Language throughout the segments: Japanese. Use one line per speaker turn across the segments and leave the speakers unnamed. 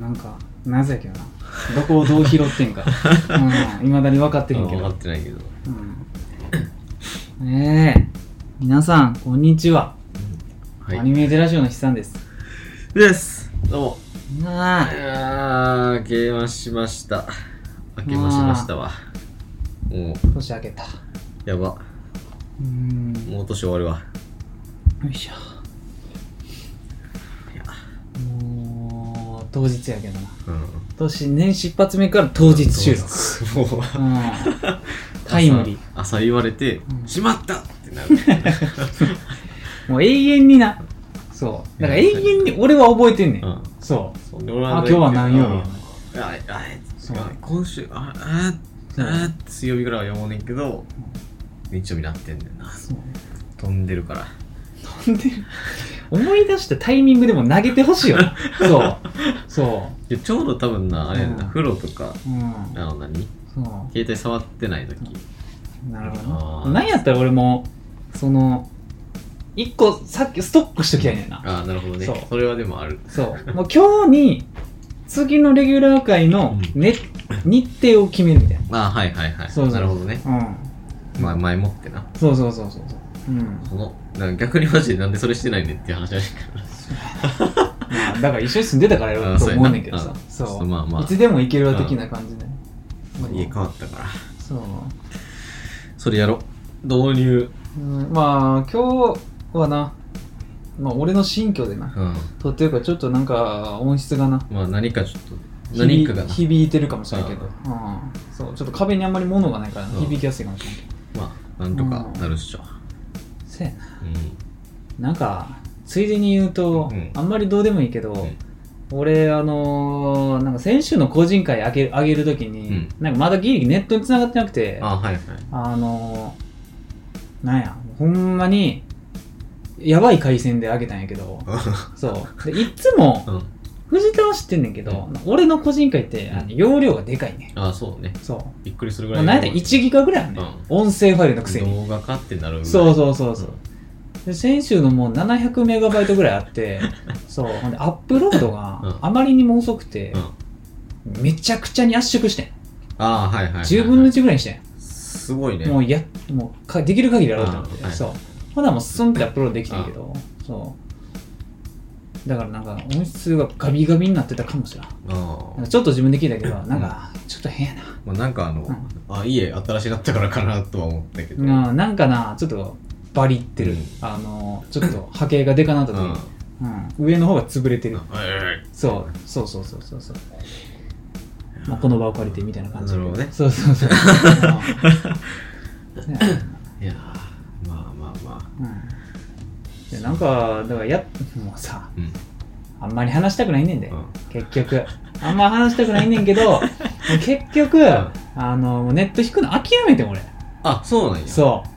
なんか謎やけどなどこをどう拾ってん かいまだに分かってへんけ
分か
ど
ってないけど
うんねえ皆さんこんにちは、
は
アニ
い
メーテラジオの筆さんです
ですどうも
なあ
あー明けましました明けましましたわもう
年明けた
やば
うーんよ
もう年終わるわ
いしょもう当日やけどな
うん
年年出発目から当日収録
もう
うんタイムリー
朝朝言われて
う
「
ん
しまった!」ってな る
もう永遠になそうだから永遠に俺は覚えてんねん、
うん
そう
そうで俺
あ今日は何曜日や
うんああ
そう
あ今週ああ
そう
あ水曜日ぐらいは読もうねんけど日曜日なってんねんな
そう
飛んでるから
飛んでる思い出したタイミングでも投げてほしいよ なそうそ
いやちょうど多分なあれやんな
うん
風呂とか
ううん
あの何
そ
携帯触ってない時
うなるほど
あ
な
ー
なんやったら俺もその一個さっきストックしときゃいいねんな
ああなるほどね
そう
それはでもある
そうもう今日に次のレギュラー会の、ね日程を決めるみたい
ああはいはいはい
そうそう
なるほどね
なうん
まあ前もってな
そうそうそうそうそううん
そのなんか逆にマジでなんでそれしてないねんっていう話だけど
まあだから一緒に住んでたからやろうと思うねんけどさ
あ
そ
そううやなあまあまあ
いつでも行けるわ的な感じで、まあ
家変わったから
そう、
それやろ導入
うん、まあ今日はなまあ俺の新居でな
うん
とっていうかちょっとなんか音質がな
まあ何かちょっと何かがな
響いてるかもしれないけど、うん、そうちょっと壁にあんまり物がないから
うん
響きやすいかもしれないけど
まあなんとかなるっしょ
せやな
う
なんかついでに言うと、
うん
あんまりどうでもいいけど、
ん
俺あのーなんか先週の個人会あげあげるときに、
うん
なんかまだギリギリネットに繋がってなくて
あはいはい
あのなんや、ほんまに、やばい回線であげたんやけど、そう。でいっつも、
うん
藤田は知ってんねんけど、俺の個人会って、あの容量がでかいね
あそうね
ん。そう。
びっくりするぐ
ま
ら
あ、
い
なんやったら1ギガぐらいあんねん。音声ファイルのくせに。
動画かってなるぐらい
そうそうそうそう。で先週のもう700メガバイトぐらいあ って、そう。ほんで、アップロード
うん
があまりにも遅くて
う、ん
めちゃくちゃに圧縮してん。
あはいはいはいはい
10分の1ぐらいにしてん。
すごいね
もうやもうかできる限りやろうと思って、
あはい
そうほなもうスンってアップロードできてるけどそうだからなんか音質がガビガビになってたかもしれん
あ
なんかちょっと自分で聞いたけどなんかちょっと変や
あまあなんかあの
うん
あ家新しいなったからかなとは思ったけど
な、まあ、なんかなちょっとバリってる、
うん
あのちょっと波形がでかなった
う
時、
ん
うん上の方が潰れてる、
はい
そうそうそうそうそうそうまあ、この場を借りてみたいな感じで
なるほどね
そうそうそう うんね
いやーまあまあまあ
うんでなんかだからやもうさ
うん
あんまり話したくないねんで、
うん
結局あんま話したくないねんけども う結局、
ん
あのもうネット引くの諦めてん俺
あそうなんや
そう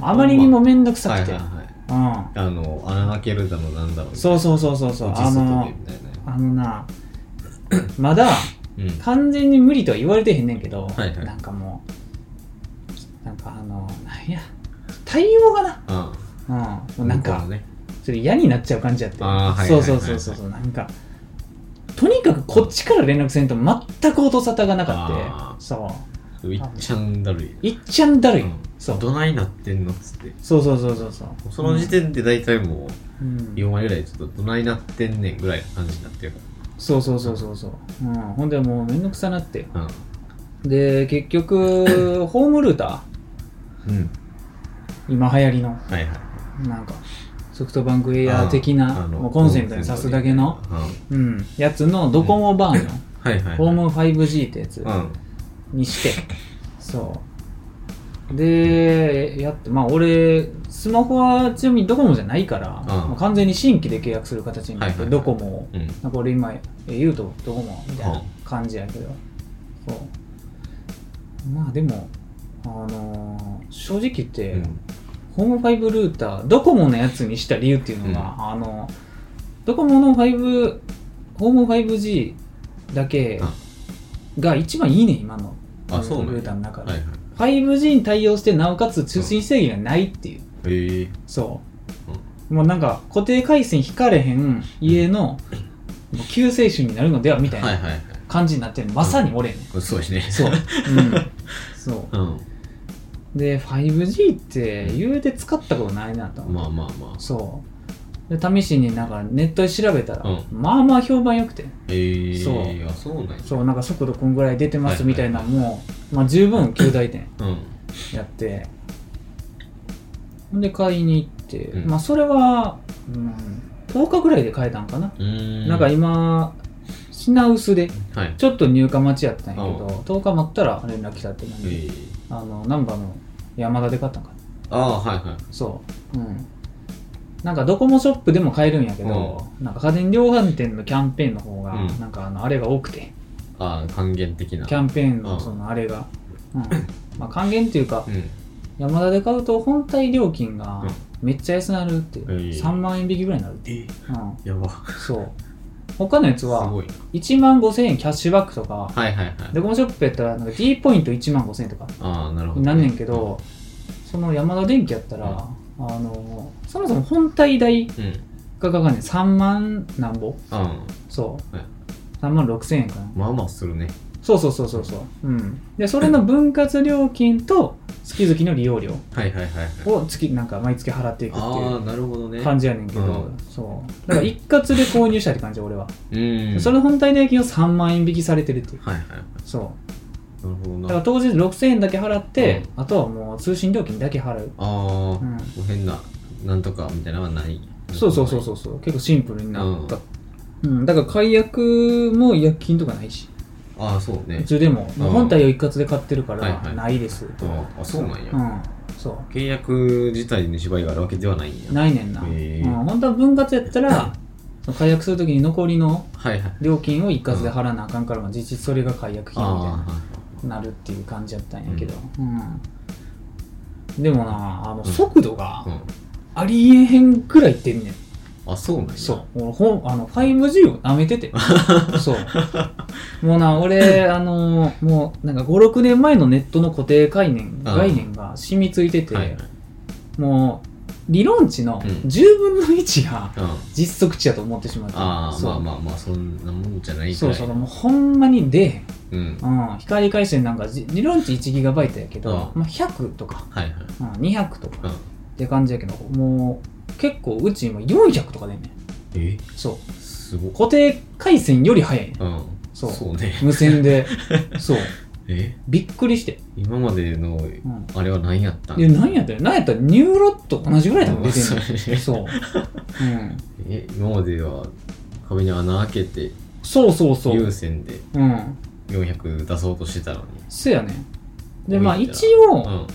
あまりにも面倒くさ
はい
く
はい
て、
はい
うん
あの穴開けるだのなんだろう
そう
う
そうそうそうそうあの
みたいな
あのな まだ
うん
完全に無理とは言われてへんねんけど、
はいはい
なんかもうなんかあのなんや対応がな、
あ
うん、も
あ
うなん
向
か
こうのね
それ嫌になっちゃう感じやって
あーはいはいはい
そ
は
う
い
そうそうそうそうなんかとにかくこっちから連絡せんと全く音沙汰がなか
あ
ったそう
いっちゃんだるい
いっちゃんだるい、
うん
そう
どないなってんのっつって
そうそうそうそうそう
その時点で大体も
うん
う4割ぐらいちょっとどないなってんねんぐらいの感じになってるか
そうそうそうそうそう、うん、ほんでもうめんどくさなって
ら
で結局 ホームルータ
うん、うん、
ー今流行りの
はいはい
なんかソフトバンクエア的なもうコンセントに挿すだけの、、
うん
うん、やつのドコモバージョン、
はいはいはい
ホーム 5G ってやつ、
うん
にしてそうでやってまあ俺スマホはちなみにドコモじゃないから、もう完全に新規で契約する形になって、
はいはい
ドコモを
うん
なんか俺今言うとドコモみたいな感じやけど、そうまあでもあのー正直言って、
うん
ホームファイブルータードコモのやつにした理由っていうのが、あのドコモの5ホーム 5G だけが一番いいね今の
あそうなんや
ルーターの中で、
はいはい
5G に対応してなおかつ通信制限がないっていう、
へえ
そうもうなんか固定回線引かれへん家のもう救世主になるのではみたい
はい
な
はいはい
感じになってる、まさに俺ね、
そうですね
そう、うん、そ
うん
うで 5G って言うて使ったことないなと思って
まあまあまあ
そうで試しになんかネットで調べたら、
うん
まあまあ評判良くて
えー、
そう
あそうなんや
そうなんか速度こんぐらい出てます
はい
み
はい
たいなのも、まあ、十分9大点
うん
やってほんで買いに行って、
うん
まあそれは、うん、10日ぐらいで買えたんかな、
うーん
なんか今品薄で
はい
ちょっと入荷待ちやったんやけ
う
ど、10日待ったら連絡来たって感
え
じ、
ー、
あの難波の山田で買ったんかな
ああーはいはい
そう。うん。なんかドコモショップでも買えるんやけど、なんか家電量販店のキャンペーンの方が、
うん
なんかあのあれが多くて、
ああ還元的な
キャンペーン
う
の
ん
そのあれが、うん。まあ還元っていうか、
うん
山田で買うと本体料金が
うん
めっちゃ安なるっていう、
ええ
3万円引きぐらいになるって。
え
うん。
やば
そう。他のやつ
す
は
ごいな
1万5000円キャッシュバックとか、
はいはいはい
ドコモショップやったらなんか D ポイント1万5000円とか
ああなるほど、
なんねんけど、その山田電機やったら、あの、そもそも本体代
うんうん
がかかんねん3万なんぼ
あ
そう、
はい
3万6千円かな
あまあまあするね
そうそうそうそうそううんでそれの分割料金と月々の利用料
はいはいはいはい
を月なんか毎月払っていくって
あ
い
あなるほどね
う感じやねんけど、
うん
そうだから一括で購入したって感じ俺は、
うん
その本体代金を3万円引きされてるっていう
はいはいはい
そ
なるほど
う
な
だから当日6000円だけ払って、あとはもう通信料金だけ払う
あ
う
あ、
ん
変ななんとかみたいなのはない
そうそうそうそううそう結構シンプルになった、うんだから解約も違約金とかないし
ああそうね
うちでも、もう
うん
本体を一括で買ってるか
はいは
ら
い
ないです、
ああそうなんや、
うんそ
契約自体に縛りがあるわけではないんや
うないねんな、
へえ
うん、本当は分割やった らその解約するときに残りの
はいはい
料金を一括で払わなあかんから、まあ実質それが解約金みたい
ああ
になるっていう感じやったんやけど、うんでもなあの速度が
うん
ありえへんくらいいってんねん、
あそうなんや
そう俺ほんあの 5G を舐めて てそうもうな俺あのもうなんか56年前のネットの固定概念概念が染みついてて、
はいはい
もう理論値の
うん
10分の1が
うん
実測値やと思ってしまって、
ああ
そう
まあまあまあそんなもんじゃないぐ
そ
ら
う
い
そうもうほんまにで、
うん
うん、光回線なんかじ理論値 1GB やけど、
うん
まあ、100とか、
はいはい
うん、200とか
うん
って感じやけどもう結構うち今400とかでね
え
そう
すごっ
固定回線より早いね
うん
そう
そうね
無線 でそう
え
びっくりして、
今までの
うん、
あれは何やったん
いや何やったら何やったらニューロと同じぐらい多分出てんね
うんそ
ん
れ
そう、うん、
え今までは壁に穴開けて
そうそうそ
有
う
線で
うん
400出そうとしてたのに
そうやねで
多い
まあ
んじゃない
一
う
応
ん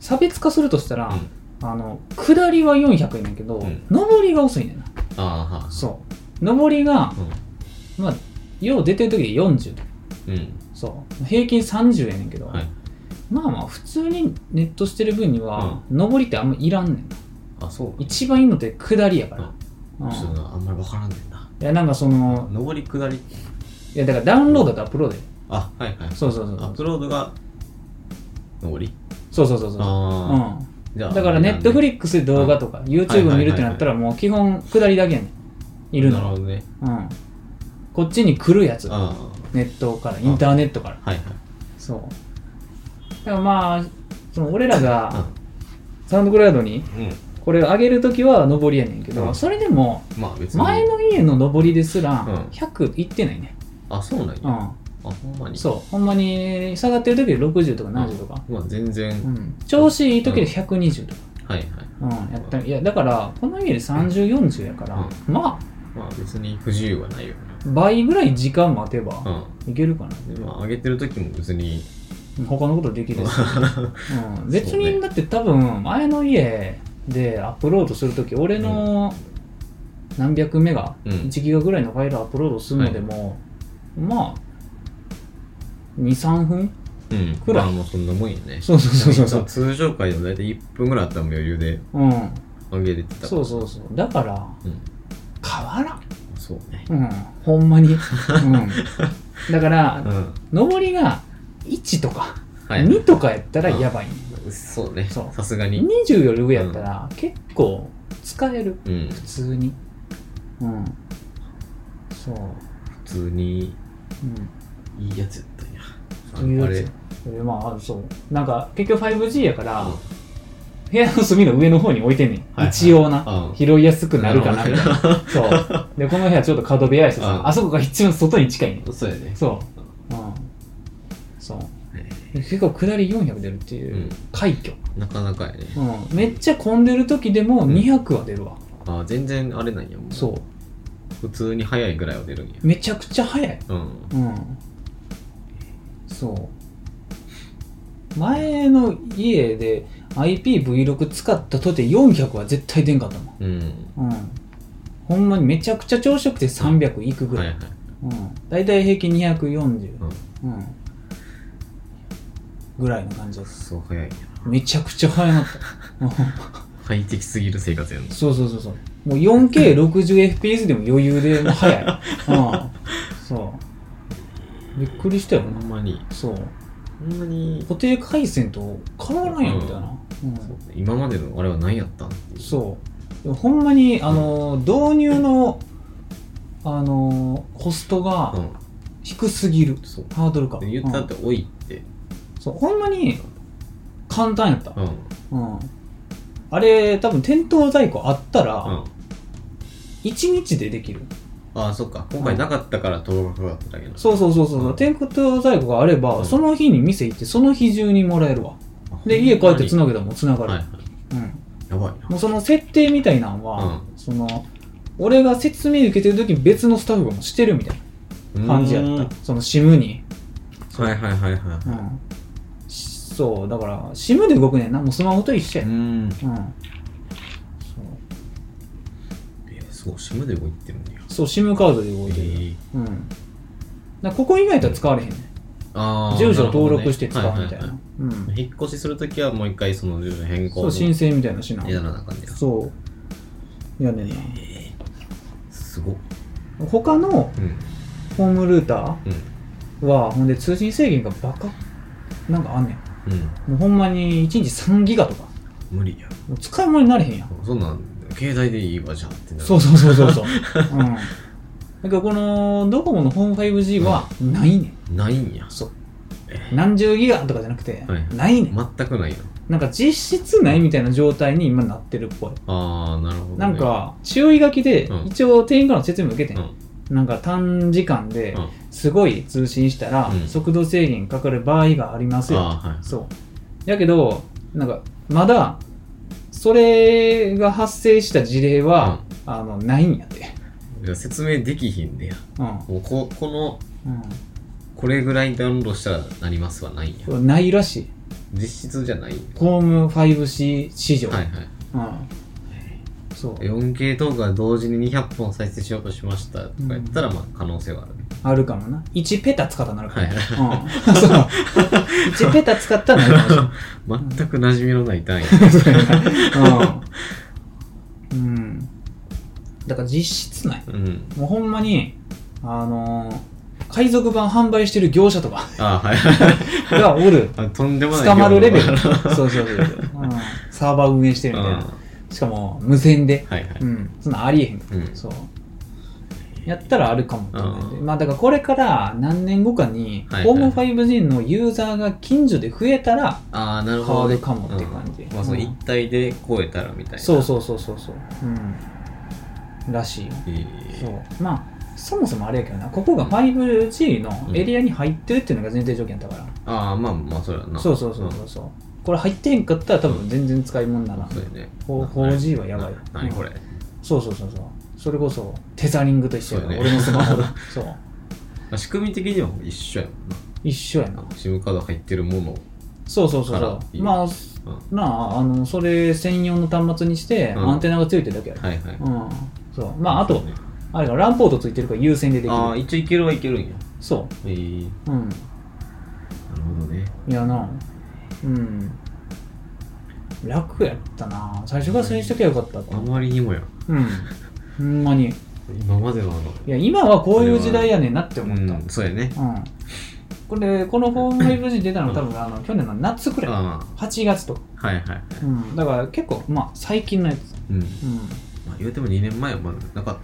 差別化するとしたら、
うん
あの下りは400やねんけど、
うん
上りが遅いねんな
ああは
そう上りが
う
まあよう出てる時で40
んうん
そう平均30やねんけど、
はい
まあまあ普通にネットしてる分には、上りってあんまいらんねんな
あそう
一番いいのって下りやから、うん
ちょっとなあんまり分からんねんない
やなんかその
上り下り
いやだからダウンロードとアップロードや
あはいはい
そうそうそう
ア
そ
ッ
う
プロードが上り
そうそうそうそうう
ああ
ん
じゃあ
だからネットフ
リ
リックスで動画とか YouTube 見るってなったらもう基本下りだけやねんいる
なる
の
ほ
は
どね
うんこっちに来るやつ
あ
ネットからインターネットから
あはいはい
そうだからまあその俺らが
う
サウンドクラウドに
んうん
これ上げるときは上りやねんけ
う
ど
ん
それでも
まあ別に
前の家の上りですら
うん
100いってないね
あそうなんや
う
あ
ん
ほんまに
そうほんまに下がってる時で60とか70とか
まあ全然
うん調子いい時で120とか、
はいはい
うんやったいやだからこの家で3040やから、ま
まあ別に不自由はないよね
あ倍ぐらい時間待てば
う
いけるかな、
んでまあ上げてる時も別に
他のことできるし、うん、別に
そうね
だって多分前の家でアップロードする時俺の何百メガ、
うん
1ギガぐらいのファイルアップロードするのでも、まあ23分
うん
くらい
まあもうそんなもんやね
そうそうそうそうそう
通常回でも大体1分ぐらいあったらもう余裕で
うん
上げれてた
そうそうそうだから
うん
変わらん
そうね
うん、ほんまに。うん、だから、
ん
上りが1とか、
はい
2とかやったらやばい、ね
そうね
そう
さすがに
20より上やったら結構使える、
うん
普通に。うん。そう、
普通に
うん、
いいやつやったんや
という
あ
や
れ
つえまああそうなんか結局 5G やから、
うん
部屋の隅の上の方に置いてんねん、
はいはい
一応な、
うん
拾いやすくなるかな
なる
みたい
ほ
なそうでこの部屋ちょっと角部屋やしさ、
うん
あそこが一番外に近いねん
そうやね
そう、うん、そう
ね
で結構下り400出るっていううん快挙、
なかなかやね
うん、めっちゃ混んでる時でも
ん
200は出るわ、
あ全然あれなんやもう
そ
普通に早いぐらいは出るんや
うめちゃくちゃ早い
うん
うんそう前の家で IPv6 使ったとて400は絶対出んかったも
うん
ん、うん、ほんまにめちゃくちゃ調子よくて300いくぐ
は
ら
い
い、
はい
うん、大体平均240、
うん
うん、ぐらいの感じです
そう早いんや
めちゃくちゃ早かった うん
快適すぎる生活やん
そうそうそうそうもう 4K60fps でも余裕 でもう早い、うん、そうびっくりしたよ
ほ
なん
まに
そう
ほんまに
固定回線と変わらないやみたいな、うん
そう今までのあれは何やったんっていう
そうでもほんまにあの導入のあのコスト
う
が
ん
低すぎる、
そう
ハードルか
で言ったっ
うん
て多いって
そうほんまに簡単やった、
うんうん
うんあれ多分店頭在庫あったら1日でできる、
ああそっか今回なかったから動画かかっただけど
そうそうそうそう、
うん
店頭在庫があれば、
うん
その日に店行ってその日中にもらえるわで家帰ってつなげたらもうつながる、
はいはい
うん
やばいな
もうその設定みたいなんは、その俺が説明受けてる時に別のスタッフがもうしてるみたいな感じや
うー
っ
ん
たその SIM に、
はいはいはいは
う
い
ん、しそうだから SIM で動くねんなもうスマホと一緒や
う
ね
ん
うん
えーそう島で動いてるんや
そうそう SIM カードで動いてる、
えー
うんだからここ以外とは使われへんね
あー
住所
なるほど
登
ね
録して使うみたい
は
な
はは
うん
引っ越しするときはもう一回その住所変更
そう申請みたいなしな
やらなあかんねや
そうやねんな
えーすごっ
他の
うん
ホームルーター
う
はほんで通信制限がバカなんかあんねん
んうん
もうほんまに1日3ギガとか、
無理や
もう使い物になれへんやん。
そんなん携帯でいいわじゃあってなる
そうそうそうそうそう。うん。だからこのドコモのホーム 5G はないねん。
ないんや
そう。
え
何十ギガとかじゃなくて、
はい
ないねん。
全くないな
なんか実質ないみたいな状態に今なってるっぽい。
あーなるほどね
なんか注意書きで
うん
一応店員からの説明受けて、
うんん
なんか短時間で
うん
すごい通信したら
うん
速度制限かかる場合がありますよ、
あーはい
そう。やけど、なんか、まだ、それが発生した事例は、あの、ないんやって。
いや説明できひんねや
うん。
もうここの
うん
これぐらいダウンロードしたらなりますはないんや
これ、ないらしい。
実質じゃないんや
ホーム 5C 市場。
はいはい
うん。そう。
4K 動画同時に200本再生しようとしましたとか言ったら、まあ可能性はあるね
あるかもな。1ペタ使ったらなるかも。
はい
うん。そう。1ペタ使ったらなるかもしれない。
全く馴染みのない単位
そうやなうん。うん。だから実質ない。
うん
もうほんまに、あのー海賊版販売してる業者とか
あはい
がおる。
あとんでもない
捕まるレベル。
業務
そう
だ な
そうそうそう、うん。サーバー運営 してるみたいな。しかも、無線で。
はいはい
うん。そんなんありえへん。
うん
そう。やったらあるかもって思って
う
まあだからこれから何年後かに、
はい
ホーム 5G のユーザーが近所で増えたら、
ああなる
変わ
ほど
る
ね
かもって感じ
うんまあその一体で超えたらみたいな
そう
う
そうそうそうそう。うん。らしいよ。そう。まあ、そもそもあれやけどな、ここが 5G のエリアに入ってるっていうのが前提条件だから。
ああまあまあそうやな
そうそうそうそうそう。これ入ってへんかったら多分全然使い物だな。
そうやね
ほ 4G はやばい
な何これ
そうそうそうそう。それこそ、テザリングと一緒やから、
そうやね
俺のスマ ホだ。そう。
まあ仕組み的には一緒やもんな
一緒やな。
SIM カード入ってるものを
そうそうそう
か
そ
ら
う。
いい
まあ、
うんは
なあ、あの、それ専用の端末にして、
うん
アンテナがついてるだけやろ。
いはい
うん。そう。まあ、あと
そう、ね
あれがランポートついてるから優先ででき
ああ
る。
一応いけるはいけるんや
そ
えー
う。うん。
なるほどね
いやな。うん。楽やったな。最初からそれにしときゃよかったって
あまりにもや
うん。ほんまに。い
今までのあの
や、今はこういう時代やねんなって思った。
うんそうやね
うん、これこのホーム 5G 出たの多分あの去年の夏くらい
あ
8月とか、
あはいはいはい
うん、だから結構まあ最近のやつ、
うん
うん、
まあ言うても2年前はまだなかっ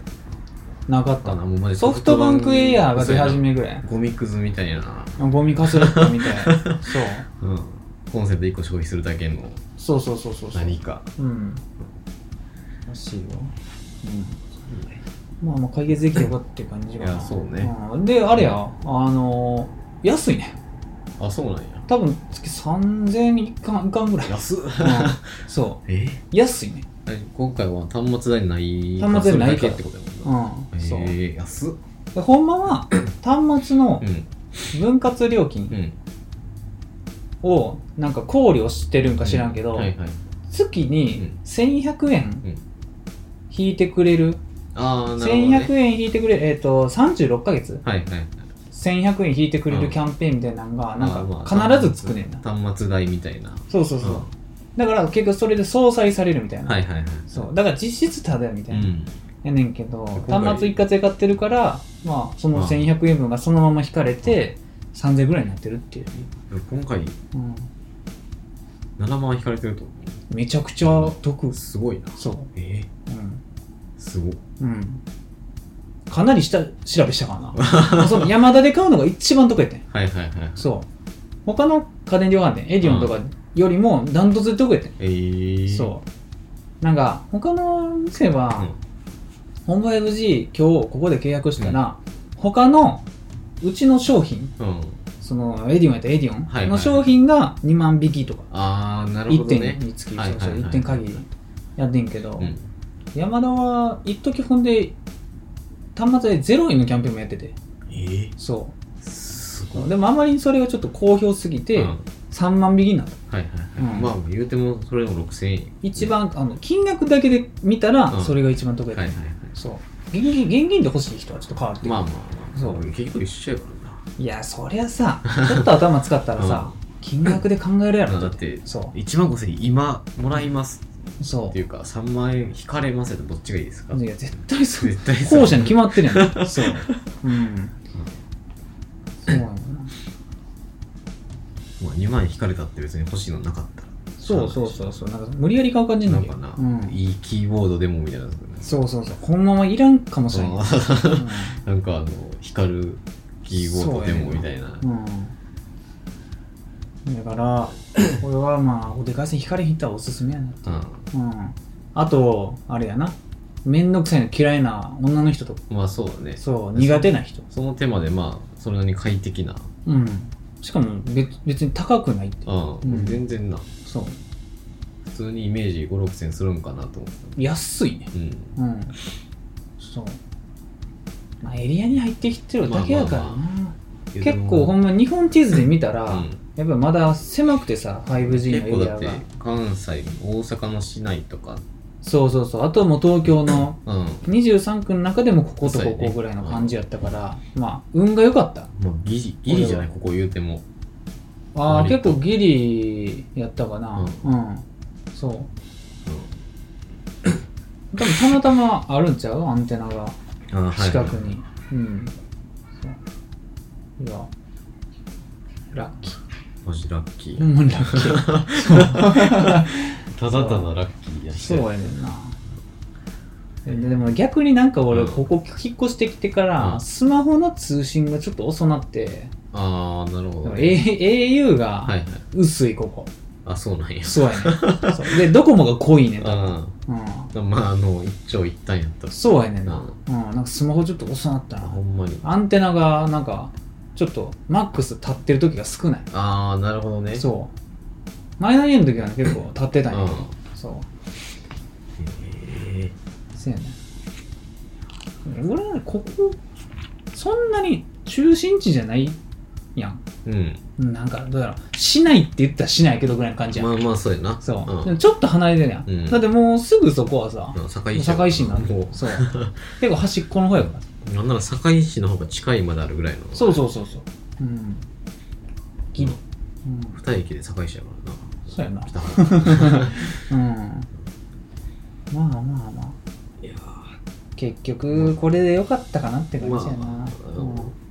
なかっ
あ
た
のもうマジ
ソフトバンクエアが出始めぐらい
ゴミくずみたいな、
ゴミかすれてたみたい そう
うん、コンセント1個消費するだけの
そうそうそうそうそう
何か
うんらしいよ、うん、まあまあ解決できてよかったって感じが
いやそうね
であれやあのー安いね
あそうなんや
多分月3000円いかんいかんぐら い、うん、
安っ
そ
え
う安いね
あ今回は端末代ない
端末代ないから
それだけってことやもんな、
うんそう
えー、安っ
でほんまは端末の
うん
分割料
う
金
ん
をなんか考慮してるんか知らんけど、
はいはい
月に
うん
1100
う
円
ん
引いてくれる、
ああなるほど、ね、
1100円引いてくれるえっ、と36ヶ月
はいはいはい
1100円引いてくれるキャンペーンみたいなのが
あー
なん
ま
か
あ
必ずつくねんな、
端末代みたいな
そうそうそう、だから結局それで相殺されるみたいな、
はいはいはい
そうだから実質ただみた
う
いな、
ん
やねんけど
今回
端末一括で買ってるからまあその
あ
1100円分がそのまま引かれて3000円ぐらいになってるっていうね、
今回
うん、
7万引かれてると
めちゃくちゃ得
すごいな
そ
え
ううん
ー、すごっ
うんかなり下調べしたからな その山田で買うのが一番得やってん
はいはいはい
そう他の家電量販店エディオンとかよりもダントツで得やってん
えー、
そう。なんか、他の店は、本場 FG 今日ここで契約したら、他のうちの商品、
うん、うん、
そのエディオンやったらエディオン、
はいはい
の商品が2万引きとか、
ああなるほ
1
ど
点
ね
につき、
はいはいはい
そうそう1点限りやってんけど、
うん
山田は一時ほんで、端末で0円のキャンペーンもやってて、
えー、
そ
すご
う。
い
でもあまりそれがちょっと好評すぎて、
うん
3万引きになった。
はいはいはい、
うん
まあ言うてもそれでも6000円
一番、あの、金額だけで見たら
う、ん
それが一番得意
は
だ
いはいはい
そう現金現金で欲しい人はちょっと変わってくる、
まあまあまあ
そう
結局一緒やからない
やそりゃさちょっと頭使ったらさ、金額で考えるやろ
だって
そ
1万5000円今もらいます
うそ
っていうか3万円引かれますやったらどっちがいいですか
ういや絶対そう
絶対そう
後者に決まってる やんそううんそうやな
まあ、2万円引かれたって別に欲しいのなかったら
そうそうそうそうなんか無理やり買う感じに
な
なんるよ
かな、
うん、
いいキーボードでもみたいなの
そうそうそうこのままいらんかもしれない、うん
なんかあの光るキーボードでもみたいな、
うん、だから これはまあお出かけ線光引いたらおすすめやな
うん
うん、あとあれやな面倒くさいの嫌いな女の人とか
まあそうだね
そう苦手な人
その手までまあそれなりに快適な、
うんしかも別別に高くないって
うん
うん
全然な
そう
普通にイメージ5 6千するんかなと思って
安いね
たうん
うんそう、まあ、エリアに入ってきてるだけやからな、
まあま
結構ほ
ん
んま日本地図で見たら、
うん
やっぱまだ狭くてさ 5G の
結
エ
構
リ
だ
ア
って
が
関西大阪の市内とか
そうそうそうあともう東京の
うん
23区の中でもこことここぐらいの感じやったから、まあ運が良かった
まあギリギリじゃないここ言うても
ああ
割
結
と
構ギリやったかなうん、そう多分たまたまあるんちゃうアンテナが
うんあはい
近くに、うんそういやラッキー
マジラッキー、
ほんまにラッキー
ただただラッキーや
そ
し
うやねんなででも逆になんか俺
うん
ここ引っ越してきてか
う
ら
ん
スマホの通信がちょっと遅なって、
ああなるほど、
A- au
は
が
いはい
薄いここ、
あそうなんや
そうやねんそうでドコモが濃いねん多分
あ
うん
あまああの一長一短やった
そうやねんな。う、
うん
なんかスマホちょっと遅なった
あ
な
ほ。んまに
アンテナが、なんか、ちょっと、マックス立ってる時が少ない。
ああなるほどねう
そう。前の家の時はね、結構立ってたんや
ん
けど。そう。
へえ
せやねん。俺はここ、そんなに中心地じゃないやん。
うん
うんなんか、どうやろう。しないって言ったらしないけどぐらいの感じやん。
まあまあそうやな
そう。で
ん
もちょっと離れてるやん。
うん
だってもうすぐそこはさ、
うん堺市
堺市になる
も。
そう。結構端っこの方やから。
うなんなら堺市の方が近いまであるぐらいの
そううそうそうそう。うん。ギリ。うん。
二駅で堺市やからな
そうやな
北 原
うん。まあまあまあ。
いや
結局、これで良かったかなって感じやな。
まあ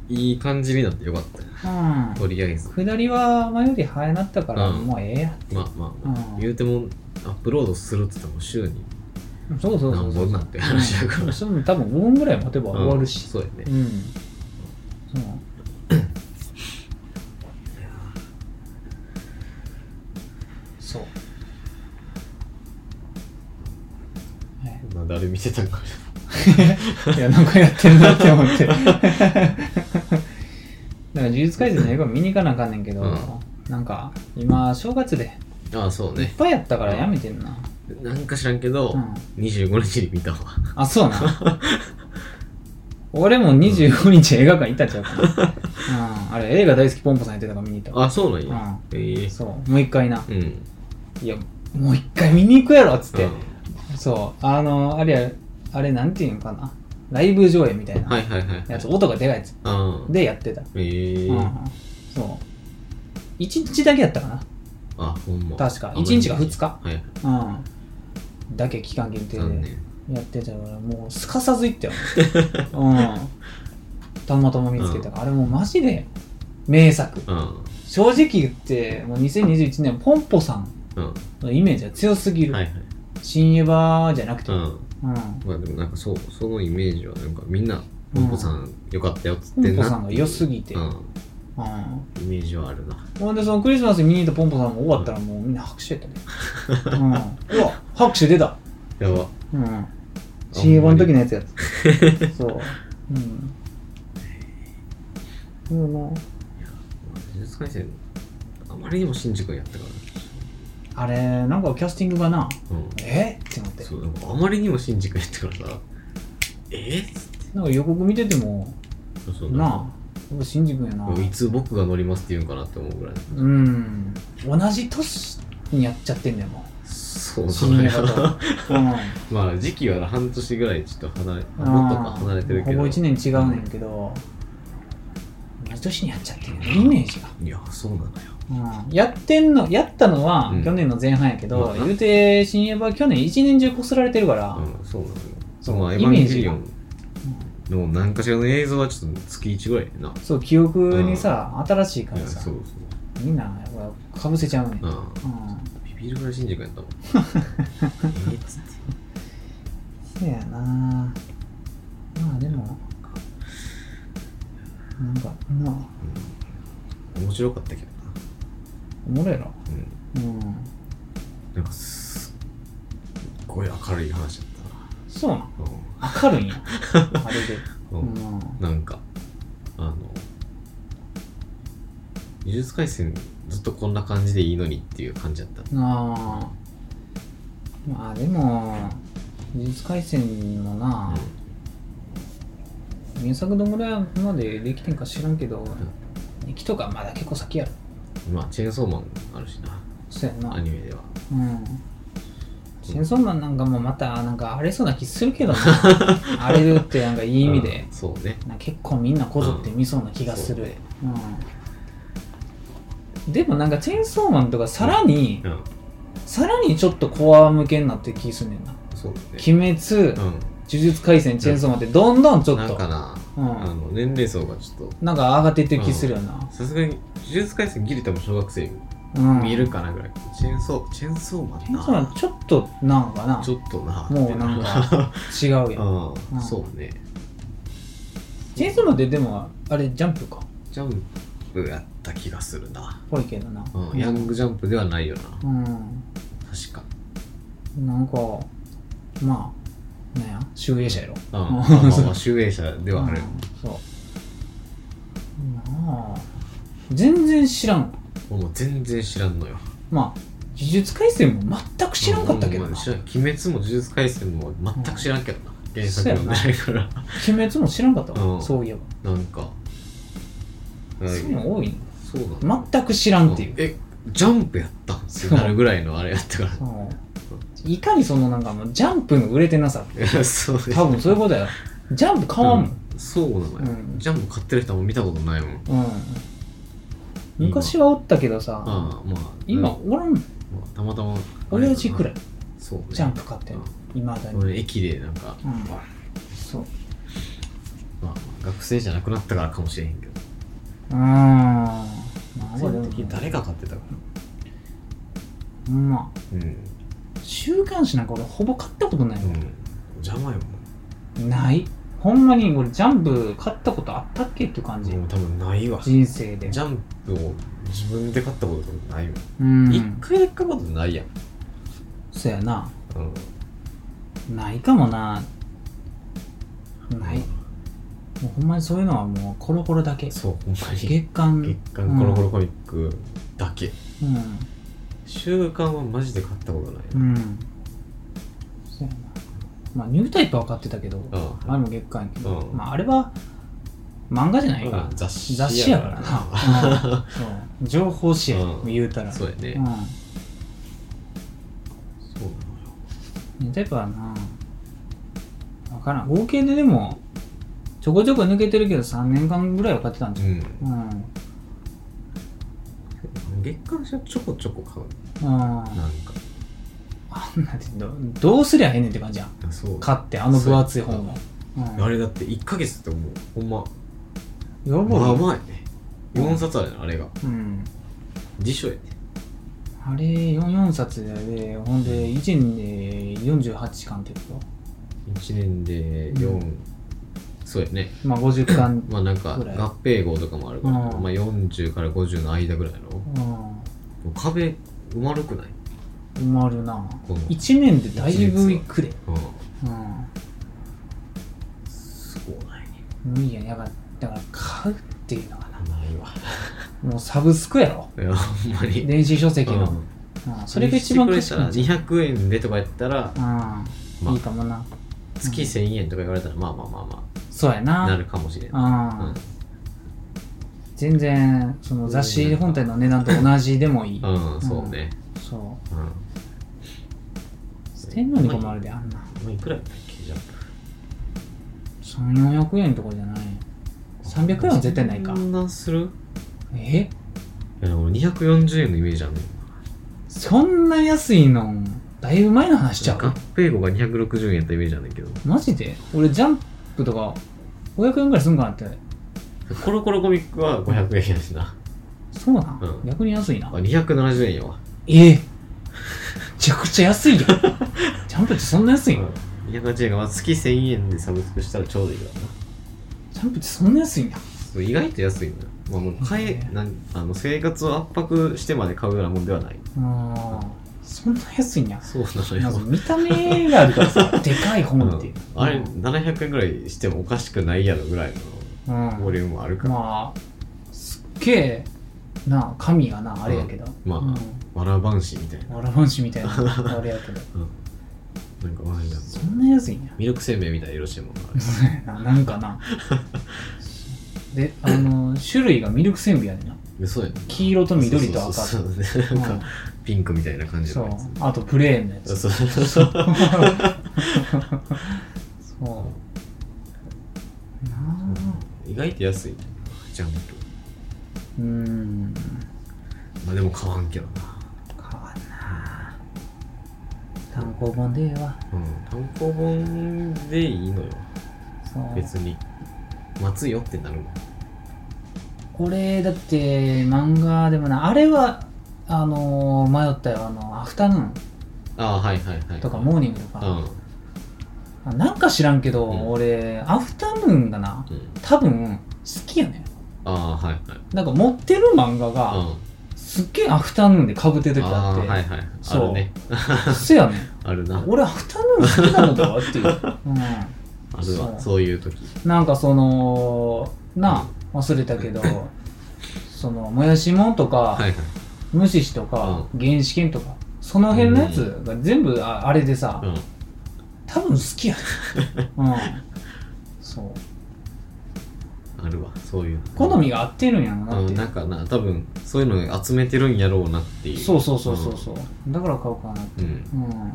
いい感じになってよかったよ
うん。
とりあえず
うん。下りは前より早なったから、
うん
もうええや。
まあまあまあ
うん
言うてもアップロードするって言っても週に
そうそうそ
何
うそう
本なんて話だから
うんそれも多分5本ぐらい持てば終わるし
そうやね
うん、そうそうね
まあ誰見てたんか
いや、なんかやってるなって思って。 だから、呪術改善の映画見に行かなあかんねんけど、
うん
なんか、今、正月で、
なああそう
いっ
ね
ぱいやったからやめてんな。
なんか知らんけど、
うん
25日に見たわ
あ、そうな。俺も25日映画館行ったんちゃうかな。うん、あれ、映画大好きポンポさんやってたから見に行ったわ。
あそうなんや、ええ
そう、もう一回な。
うん、
いや、もう一回見に行くやろっつって。
う
そう、あの、あれや、あれ、なんていうんかな。ライブ上映みたい
んは
ない
はいはい
やつ、音がでかいやつ
ああ
でやってた。
ええ
うんそう。一日だけやったかな。
あほんま
確か
あ
一日か二日
はい
うん。だけ期間限定
残
で
念
やってたから、もうすかさず行ったよ。 うん。たまたま見つけたから、あれもうマジで名作。
うん
正直言って、もう2021年、ポンポさん
うん
のイメージは強すぎる。
はいはい
新エヴァじゃなくて。
う
うん。
んまあでもなんかそうそのイメージはなんかみんな
う
「
ん
ポンポさんよかったよ」っつっ
ポ
て
ン
ん
ポ
な
さんが良すぎて。う
う
ん。
んイメージはあるな
ほんで、そのクリスマスに見に行ったポンポさんも終わったら、もうみんな拍手やったね。うん。うわ、拍手出た。
やば
うん。CM の時のやつやつ。 そう。うん。そうな
呪術廻戦あまりにも新宿やったか
あれ、なんかキャスティングがな、
らうん
えってなって。
そうなんかあまりにも新宿やったからさえ
なんか予告見てても、
そうそう
なあ、やっぱ新次君やな。
いつ僕が乗りますって言うんかなって思うぐらい
うん。同じ年にやっちゃってんだよ、も
そう
う。
そ
新
う
映画と。うん。
まあ時期は半年ぐらいちょっと離れもっとか離れてるけど
ほぼ1年違うねんけど、同じ年にやっちゃってんよね、イメージが。
いやそうなのよ
うんやってんの、やったのは
うん
去年の前半やけど、
まあ
言うて、新エヴァ去年一年中こすられてるから、
うんそうなのよ
そ
そうのエ
イ
ヴ
メージが
ァンゲリオンの何かしらの映像はちょっと月1ぐらいやな
そう、記憶にさ、新しいか
いや
ら
そう
さ
そ、う
みんなやっぱかぶせちゃうね。
う
うん
んビビるぐらい新宿やったもん えっつって
そうやなまあでも、なんか、まあ、
うん面白かったけどな
おもろいな。
うん
うん。
なんかすっごい明るい話だっ
そうなん。
たな
明るいん や。あれで。
う、
うん
うん
ん。
なんかあの呪術廻戦ずっとこんな感じでいいのにっていう感じだった
なあまあでも、呪術廻戦のな、原作どんぐらいまでできてんか知らんけど、二期とかまだ結構先やろ。
うんまあチェーンソーマンあるしな
そうやな。
アニメでは
うん。チェンソーマンなんかもまたなんか荒れそうな気するけ どな荒れるってなんかいい意味で
うん、そうね
なんか結構みんなこぞって見そうな気がする、
うん
うんでもなんかチェンソーマンとかさらに、
うん
さらにちょっとコア向けになってる気すんねんな
そうね
「鬼滅」
う
呪
ん
術廻戦」チェンソーマンってどんどんちょっ
な
と
んかな、
うん
あの年齢層がちょっ
なんか上がってってる気するよな
と、さすがに呪術廻戦ギリ多分小学生
うん
見えるかなぐらい、チェーンソーチェーンソーマンな
チェンソーマンちょっとなんかな
ちょっとな
もうなんか違うやん
う
うん
んそうね
チェンソーマンってでもあれジャンプか
ジャンプやった気がするな、
ぽいけどな、
うん
うん
ヤングジャンプではないよな
うん
確か
なんかまあなんや集英社やろ、
うん、 まあまあま
そ
あ
う
集英社ではある、
そうまあ全然知らん
もう全然知らんのよ
まあ呪術廻戦も全く知らんかったけど
うん
な
まあ知らん鬼滅も呪術廻戦も全く知らんけどな、原作読んでないから
鬼滅も知らんかったわ、
うん
そういえば、
なんかはい
そういうの多い
そうなの
の全く知らんっていう、
えジャンプやったんってなるぐらいのあれやったから
そういかにそのなんかもうジャンプの売れてなさ
いやそうです
多分そういうことやろジャンプ買わんもん、
うんそうなのよ、
うん
ジャンプ買ってる人も見たことないも
う
ん
ん昔はおったけどさ、
ああまあ
今
うん
おらんの
まあたまたま
親父くらい
そうね
ジャンプ買ってんのいまだに、
俺駅でなんか、
うん
まあ
そう
まあ学生じゃなくなったからかもしれへんけど
うーんまあ
その時誰が買ってたか
うんま
なうん
あ週刊誌なんか俺ほぼ買ったことないもん
邪魔よ
ないほんまに俺ジャンプ買ったことあったっけっていう感じ、
もう多分ないわジ
人生で
ャンプを自分で買ったことないわ
うん
一、回だけ買ったことないやん、
そやな
うん、
ないかもなないもうほんまにそういうのはもうコロコロだけ
そうほんまに
月間
月刊コロコロコミックだけ、
うん
週刊はマジで買ったことない
うん、うん、そやなまあニュータイプは買ってたけど、
うん
あれも月間やけど、
うん
まああれは漫画じゃないから、
うん雑誌
雑誌やからな、うんそう情報誌や、
うん
言うたら
そうやね、
うん
そうなのよ
ニュータイプはな分からん合計ででもちょこちょこ抜けてるけど3年間ぐらいは買ってたんじゃ
う
ううん
ん月刊誌はちょこちょこ買う
うんあ
なんか
んなってどどうすりゃええねんって感じやん
あそう
買ってあの分厚い本をうん
あれだって1ヶ月ってもうほんま
やばい
まあまあやね4冊あるねあれが
うん
辞書やね
あれ 4, 4冊でほんで1年で48巻ってこ
1年で4、
う
そうやね
とまあ50巻
まあなんか合
ぐらい
併号とかもあるから、
うん
まあ、40から50の間ぐらいの
うん
もう壁埋まるくない、
埋まるな
この
1年でだいぶいくで
うん、
うん
すごない
無理やねやっぱだから買うっていうのがな
ないわ
もうサブスクやろ
いやほんまに
電子書籍の、
うん
うんそれが一番
して
賢いん
く
じ
れたら200円でとかやったら
ゃん、うん
まあ
いいかもな
月1000円とか言われたらまあまあまあま
そうや
あ
な
なるかもしれな
う
い、
ん
うん
全然その雑誌本体の値段と同じでもいい、
うん、そうね。
そ
うん。ま
う捨てんのに困るであんな
あ、いくらやったっけ、ジャン
3400円とかじゃない
プ。
300円は絶対ないか
そんなするい
え
や、でも240円のイメージあるの。
そんな安いのだいぶ前の話ちゃ
合
う
併後が260円やったイメージあるんだけど。
マジで俺ジャンプとか500円ぐらいすんかなって
コロコロコミックは500円やしな。
そうなん、
うん
逆に安いな
あ、270円やわ。
ええめちゃくちゃ安い やんジャンプってそんな安いの、
うん。280円が、まあ、月1000円でサブスクしたらちょうどいいからな。
ジャンプってそんな安いんだ
そう意外と安いのよ。まあ、もう買え、
ね
なんあの生活を圧迫してまで買うようなもんではない。
ああそんな安いんや
そうなの
なんか
よ。
見た目があるからさでかい本っていう、
うんあれ、700円ぐらいしてもおかしくないやろぐらい
うん
のボリュームもあるから。
まあすっげえな神がなあれやけど、
うんまあわらばんしみたい
わらばんしみたいなあれや けど
な。うん。なんかわかんないな。
そんな安いんや
ミルクせんべいみたいな色してるもんな。あれ
ななんかなであの種類がミルクせんべいやねんな
嘘やん。
黄色と緑と赤
そう
と
そうそうそうなんかピンクみたいな感じ
そ
の
う
やつ。
あとプレーンのやつ
そうそう
そうなあ
意外と安いね。ジャンプ。
うーん
まあでも買わんけどな。
変わんな単行本でええわ
うん。単行本でいいのよ。
そう
別に。待つよってなるもん。
俺だって漫画でもなあれはあのー迷ったよあのアフタヌーン
ああ、はいはいはい。
とかモーニングと
うん。
か、あなんか知らんけど、
うん
俺アフタヌーンがな
うん。
多分好きやね
ああ、はいはい。
んなんか持ってる漫画が、
う
すっげえアフタヌーンでかぶってる
ん。
時
あ
あ
あ、
って
はいはい。あ
そう
るね。
せやねん
あるな。
俺アフタヌーン好きなのだわっていう、う
ある
そう
わ。そういう時。
ん、なんかそのなあ忘れた けどそのもやしもんとか、
はいはい。
無視しとか、原始圏とかその辺のやつが全部ああれでさ、
うん。
多分好きやね うんそう
あるわそういうの
好みが合ってるんやろなっ
う
て、
んなんかな多分そういうの集めてるんやろうなっていう
そうそうそうそうそう、だから買おうかな
うん、うん
うん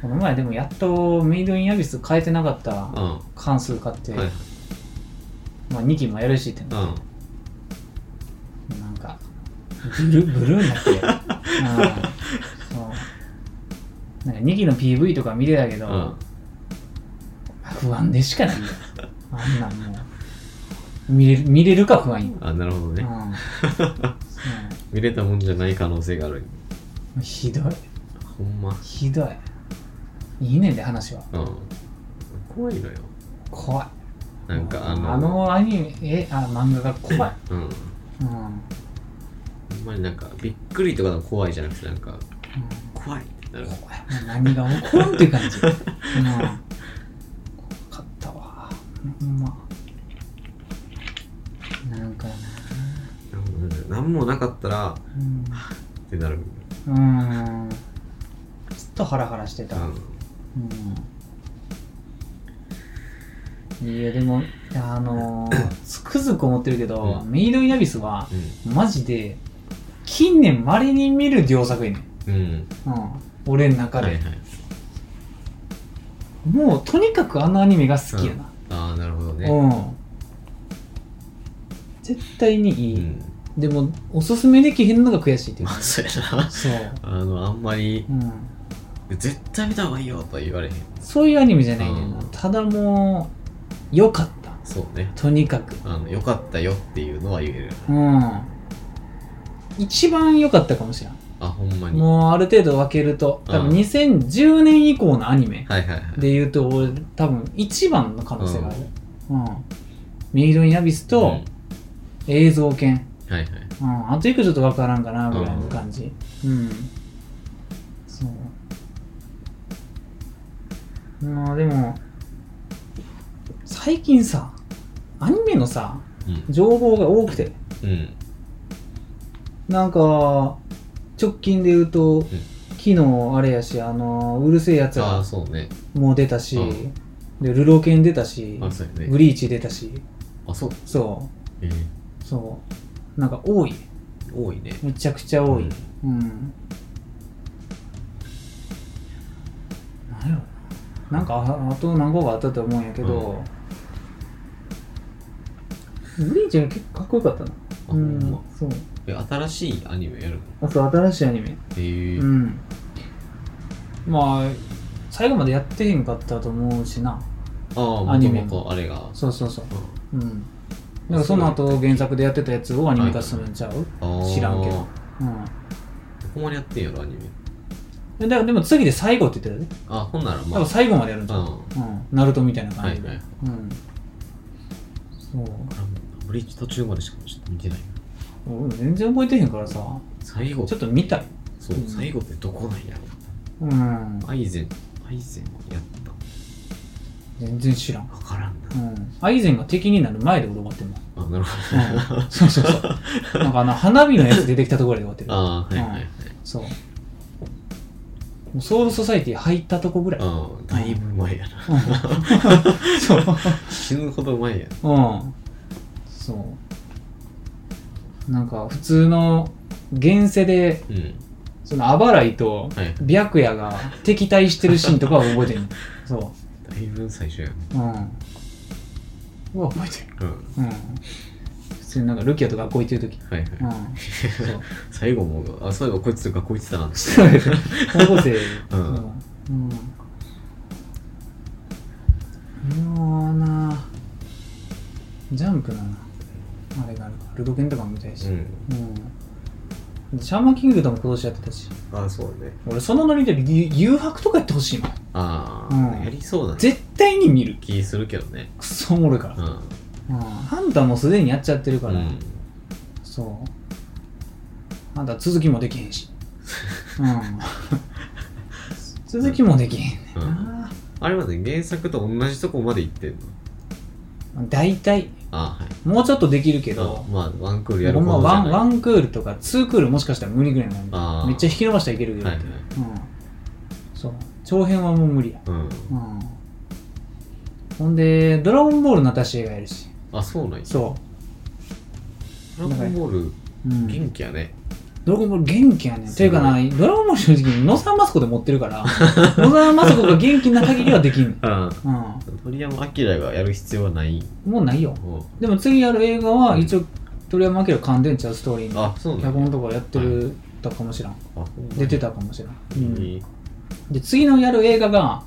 この前でもやっとメイドインアビス変えてなかった
うんは
関数買って、
いはい
まあ2期もやるしって
う
なんなんかブルブルーにな ってうんそうなんか2期の PV とか見てたけど、
うん
不安でしかないよあんなんもう見れる見れるか不安よ、
あなるほど
うん
ね、
うん
見れたもんじゃない可能性がある
ひどい
ほんま
ひどいいいねんで話は
うん怖いのよ
怖い
なんかあの
あのアニメえあ漫画が怖 い、
うん
うんうん
ほんまになんかびっくりとかの怖いじゃなくてなんか怖いってなる
怖いもう何が起こるんっていう 感じ、うん、怖かったわほんまなんかな
何もなかったら
うん
ってなる
うんずっとハラハラしてた、うん、いやでもあの ーつくづく思ってるけど、
う
メイド・イン・アビスは
う
マジで近年まれに見る良作やねん、
んうん
うん、俺の中で、
はいはい
もうとにかくあのアニメが好きやな
ああなるほど
う
ね
ん、絶対にいい、
うん
でもおすすめできへんのが悔しい っていう
ま
か
あそうやな
そう、
あのあんまり
うん、
絶対見た方がいいよとは言われへん
そういうアニメじゃないねんな、
うん
ただもう良かった
そうね
とにかく
あのよかったよっていうのは言える
うん一番良かったかもしれん
あほんまに
もうある程度分けると多分
うん
2010年以降のアニメ
はいはいはい
で言うと俺多分一番の可能性があるうんメイド・イン・アビスと映像犬
うんはいはい
うんあといくちょっと分からんかなぐらいの感じうんそうまあでも最近さアニメのさ
うん
情報が多くて
うん
なんか、直近で言うと、昨日あれやし、あの、うるせえやつ
ああ
ら
そうね
もう出たし、
うん
で、ルロケン出たし、
あそうや
ブ
ね
リーチ出たし、
あそう
そ
えー
う、そう。なんか多い。
多いね
めちゃくちゃ多い。うん。なんやろな。なんかあ、あと何個かあったと思うんやけど、ブリーチが結構かっこよかったな。
あほん
うん
ま、
そう。
え新しいアニメやるの
あと新しいアニメ。
ええ
うん、まあ最後までやってへんかったと思うしな
ああ
ア
も
ニ
と
メ
もとあれが
そうそうそう
うん
うんだからその後原作でやってたやつをアニメ化するんちゃう、
あー
知らんけど
ど
うん
こまでやってんやろアニメ
えだからでも次で最後って言ってたで、
あほんなら
だ
ま
か
あ
ら最後までやるんちゃう、
うん
うん、ナルトみたいな感じで、
はいはい
うんそう
ブリッジ途中までしかちょっと見てないな
俺も全然覚えてへんからさ
最後
ちょっと見たい
そう
うん
最後ってどこなんや
う
ろ
ん
アイゼンアイゼンやった
全然知らん
分からんな
うんアイゼンが敵になる前で俺終わってんの
あなるほど、
うんそうそうそう。なんかあの、花火のやつ出てきたところで終わってる。
ああはいはいはい、
そう。もうソウルソサイティ入ったとこぐらい。
ああだいぶ前やな
そう。
死ぬほど前や
うん。そう。なんか、普通の、現世で、
うん
その、あばらいと、
はい
白夜が敵対してるシーンとかは覚えてる。そ
だいぶ最初や
う。うん。うわ、覚えてる。
なうん
うん。普通になんか、ルキアと学校行ってる時。
はいはい、
うん。そう。
最後もうあそういえばこいつと学校行ってたなって
そうですね。高校生。
うん
うん。もうなジャンプのな、あれがあるから、ルドケンとかも見たいし。
うん
うんシャーマンキングダム今年やってたし、
ああそうね
俺そのノリでゆ誘白とかやってほしいな。
ああ、
うん
やりそうだね
絶対に見る。
気するけどね
くそおもろいから。
うん
うん。ハンターもうすでにやっちゃってるから、
うん
そう。ハンター続きもできへ んし。うん。続きもできへんねんな。
あれまで原作と同じとこまで行ってんの
大体
ああはい
もうちょっとできるけ
あ
ど、
まあワンクールや
ほ
る
んま
ほど
ワンワ
ン
ンクールとかツークールもしかしたら無理ぐらいなんで
あー
めっちゃ引き伸ばしたらいけるけど、
はいはい
うん、そう長編はもう無理や、
うん
うん、ほんで「ドラゴンボール」の私映画やるし
あそうなんや
そ
ドラゴンボール
う、うん、
元気やね、
ドラゴンボール元気やねん
す
と
ご
い
いう
かなドラゴンボール正直野沢雅子で持ってるから 野沢雅子が元気な限りはできんねん、
うん
う
鳥山明がやる必要はない
ん、もうないよ
も
でも次やる映画は一応鳥山明完全ちゃうストーリー
う
の
あそうな
脚
んや
本とかやってるとかもしらん
あほんまや
出てたかもしれない、
うん
で次のやる映画が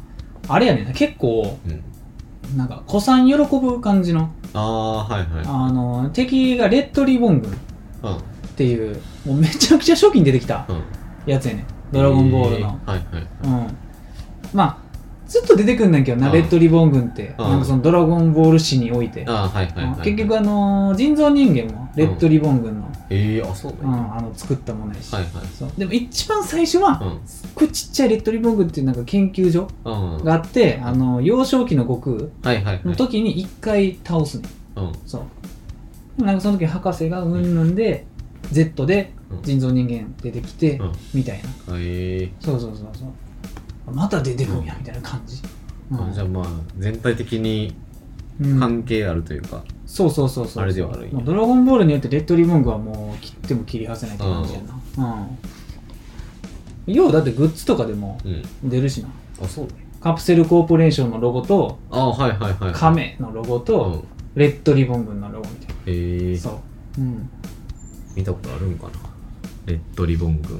あれやねんな結構
うん
なんか、古参喜ぶ感じの、
ああー、はいはい。
あの、敵がレッドリボン軍っ
うん
ていう、もうめちゃくちゃ初期に出てきた
うん。
やつやねん。ドラゴンボールの。
えーはいはい。
うん。まあ、ずっと出てくんねんけどな、
うん
レッドリボン軍って。
うん
なんかそのドラゴンボール史において。
ああ、はいはいはい。
結局あのー人造人間もレッドリボン軍の,、
ええー、あ、そう
う
なん
ん
や
あの作ったものやし、
はいはい。
そうでも一番最初は、
うん。
すっごいちっちゃいレッドリボン軍っていうなんか研究所
うん。
があって、あの幼少期の悟空
はいはいはい。
の時に一回倒すね
うん。
そうでもなんかその時博士がうんぬんで、Z で
うん
人造人間出てきて、
うん
みたいな
ええ
そうそうそうそうまた出てくんやみたいな感じ、うん
ー。あじゃあまあ、全体的に
うん
関係あるというか。
そうそうそうそう
あれではあるんや
もうドラゴンボールによってレッドリボングはもう切っても切り外せないって感じやなうんようだってグッズとかでも
うん。
出るしな
あ、そうなんや
カプセルコーポレーションのロゴと
ああ、はいはいはい。
カメのロゴ
う
と
ん。
レッドリボン軍のロゴみたいな、
えー、
そううん
見たことあるんかなレッドリボン軍。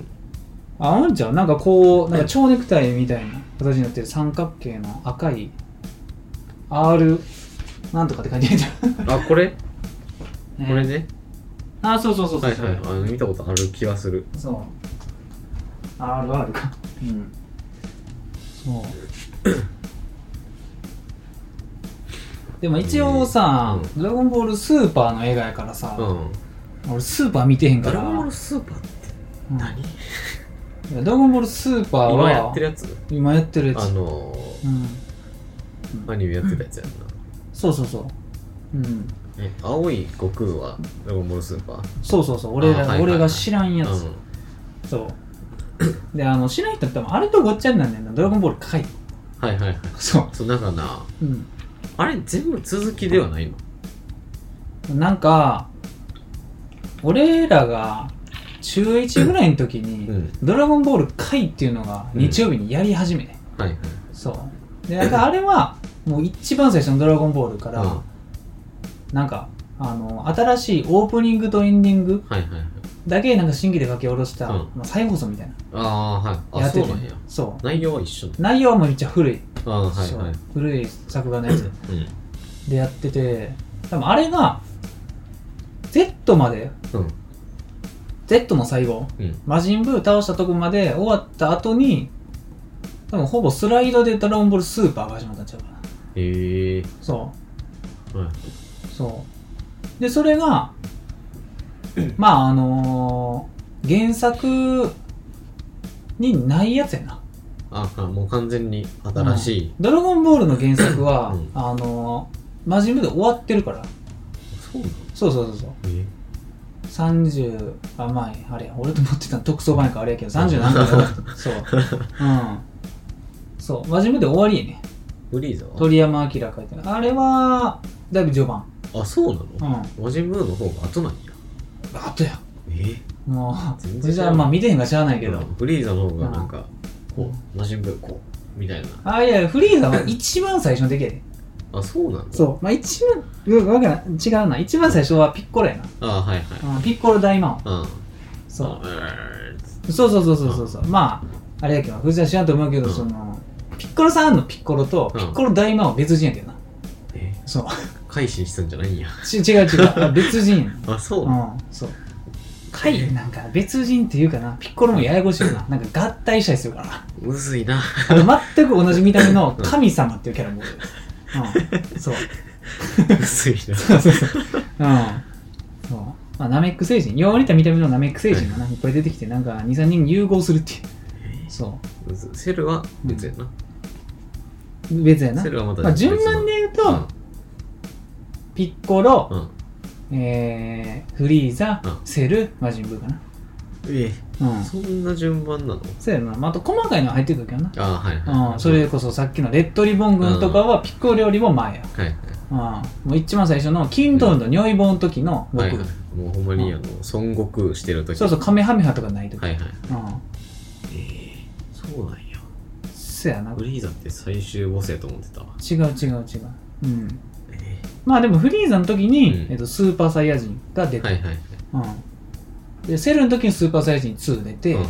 ああんちゃうなんかこうなんか蝶ネクタイみたいな形になってる三角形の赤い R なんとかって書いてある
あ、これこ
ね
れね。
あそうそうそうそ
は
う
いはい。あの見たことある気がする。
そう。あるあるか。うん。そう。でも一応さ、
うん
ドラゴンボールスーパーの映画やからさ
う、ん。
俺スーパー見てへんか
ド
ら。
ラゴンボールスーパーって
うん
何
いやドラゴンボールスーパーは、
今やってるやつ
今やってるやつ
あのー
うん。
アニメやってたやつやんな。
そうそうそう。うん。
え、青い悟空はドラゴンボールスーパー
そうそうそう。俺
あはいはい
ら、
はい
俺が知らんや
う
つ
ん。
そう。で、あの、知らん人って多分あれとごっちゃになんねんな。ドラゴンボールかい。
はいはいはい。
そ
そう、なんかな、
う。うん。
あれ全部続きではないの
なんか、俺らが中1ぐらいの時に、
うん
ドラゴンボール回っていうのが日曜日にやり始めて、
はいはい。
そう。で、なんかあれは、もう一番最初のドラゴンボールから、
うん
なんか、あの、新しいオープニングとエンディング
はいはいはい。
だけなんか新規で書き下ろした、
うん
まあ、再放送みたいな。
ああ、はい。
や
あ、
って
そう
て
なんや。
そう。
内容は一緒な
内容はもうめっちゃ古い。
のあーはい
そう
はい。
古い作画のやつ
うん。
でやってて、多分あれが、Z まで、
うん。
Z の最後
うん。
魔人ブー倒したとこまで終わった後に多分ほぼスライドでドラゴンボールスーパーが始まったんちゃうかな
ええ
そ
ー。はい。
うそうでそれがまああのー原作にないやつやな
ああ、もう完全に新しい。
ドラゴンボールの原作は、
うん
あのー魔人ブーで終わってるから
そうなの
そうそうそうそう
えー
30あまああれや俺と思ってた特捜版やからあれやけど30何回かか ったそううんそう真面目で終わりやね
フリーザは
鳥山明書いてるあれはだいぶ序盤
あ、そう
う
なの
ん
マジンブーの方が後なんや。
あとや
えー
も
全
う
然
じゃあまあ見てへんが知らないけど、
うんフリーザの方がなんか、
う
こ
ん
う、マジンブーこう、みたいな。
あいやいやフリーザは一番最初の出来やで
あ、そうなの
そうまあ一番うんわけない違うな一番最初はピッコロや
あーはいはい。
な、うん、ピッコロ大魔王
うん。
そう
う
そうそうそうそうそうそうまああれやけど藤田知らんと思うけど、
うん
そのピッコロさんのピッコロと
う
ピ
ん
ッコロ大魔王別人やけどな、
え
そう
改心したんじゃないんや。
ち違う違う別人
あ、そううなの
んそうはいなんか別人っていうかなピッコロもややこしいよななんか合体したりするからな
むず いな。
あと全く同じ見た目の神様っていうキャラもおるうん そう
むずいな。
そうそうそううんそうまあ、ナメック星人よう似た見た目のナメック星人がないっぱい出てきてなんか23人融合するっていうそ
むずいセルは別やな。
う別やな
セルはまた
まあ、順番で言う
別
と、
の
ピッコロ、
うん。うん。
えー、フリーザ、
うん
セルマジンブーかな
え
うん
そんな順番なの
そうやろな、まあ、あと細かいのは入ってくるけどな
あーはいはい。
うん、それこそさっきのレッドリボン軍とかはピッコロよりも前や、
はいはい。
うん、もう一番最初のキントーンと尿意棒の時の僕、
はいはい、もうほんまにあの孫悟空してる時
そうそうカメハメハとかない時、
はいはい
うん
そうなんや
そやな違
フリーザって最終ボスやと思ってたわ
う違う違ううん
え
まあでもフリーザの時に、
うん
えっと、スーパーサイヤ人が出
え
て、
はいはいはい
うん、でセルの時にスーパーサイヤ人2出て、
うん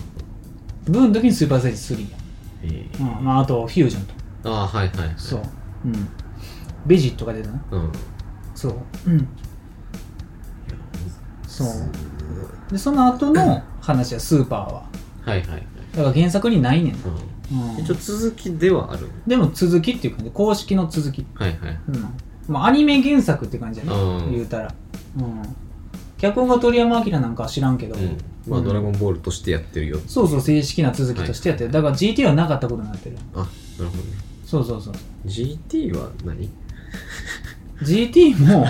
ブーの時にスーパーサイヤ人3や
ええ
うんまあ、あとフュージョンと
ああはいはいはい
そう、うん、ベジットが出たな
うん
そううんそうでその後 の話はスーパーは
はいはいはい、
だから原作にないねんな、
う
うん
ん、一応続きではある
でも続きっていうかね公式の続き
はいはい
うんまあアニメ原作って感じやね、
うん
言うたらうん脚本が鳥山明なんかは知らんけど、
うんまあ、
うん
ドラゴンボールとしてやってるよ
そうそう正式な続きとしてやってる、だから GT はなかったことになってる
あなるほどね
そうそうそう
GT は何
GT も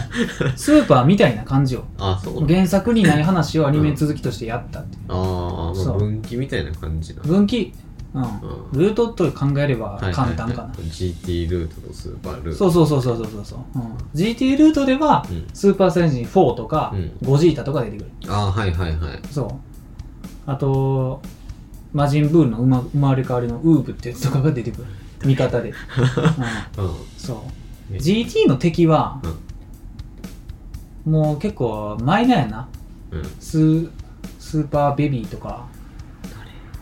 スーパーみたいな感じを
あそうなの
原作にない話をアニメ続きとしてやったって
あー、ま
そ
あ
う
分岐みたいな感じな
分岐、うん
ん
ルートと考えれば
はいはいは
簡
い
単かな、
GT ルートとスーパールート
そうそうそうそうそうそうそう、うん、GT ルートでは、
うん
スーパーサイヤ人4とか、
うん
ゴジータとか出てくる
ああはいはいはい
そうあと魔人ブーの生ま生まれ変わりのウーブってやつとかが出てくる味方 で、うん、
う
そう
ね
GT の敵は、もう結構マイナーやなん
うん
スースーパーベビーとか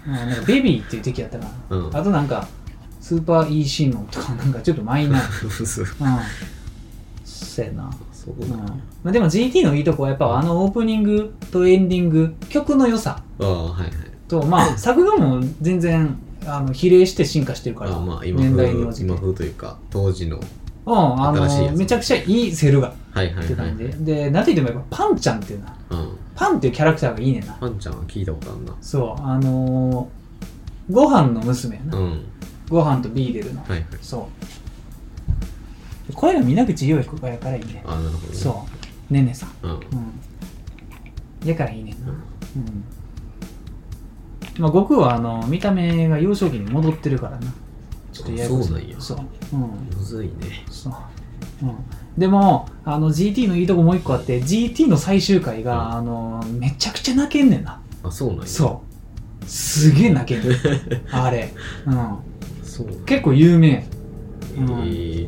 うんなんかベビーっていう敵やったかな、
うん
あとなんかスーパー E シノンとかなんかちょっとマイナ ー
そ
う
う
んそうやな
そう
うん
だ
まあ、でも GT のいいとこはやっぱあのオープニングとエンディング曲の良さ
ああはいはい
とまあ作画も全然あの比例して進化してる
あ
から
ーまあ今
年代に応
風
じてう
今
ん
風というか当時の
あ
新しいや
の
つ
めちゃくちゃいいセルが
はいは
っ
い
て
はい
感じ
う
で
ん
でなんといってもやっぱパンちゃんっていうなパンっていうキャラクターがいいねんな
パンちゃんは聞いたことあるな
そうあのーご飯の娘やな
うん
ご飯とビーデルの
はいはい
そうこれが皆口優子やからいいね
ああなるほどね
そうねねさん
うん
うんやからいいねんな
うん
うんまあ、悟空はあの見た目が幼少期に戻ってるからなちょっとややこしい
あそうなんや
そううん
むずいね
そう、うん、でもあの GT のいいとこもう一個あって GT の最終回が、
うん
あのめちゃくちゃ泣けんねんな
あそうなんや
そうすげえ泣けん ねんあれ、う
そうなん
ん、
や
結構有名
え
うん
ー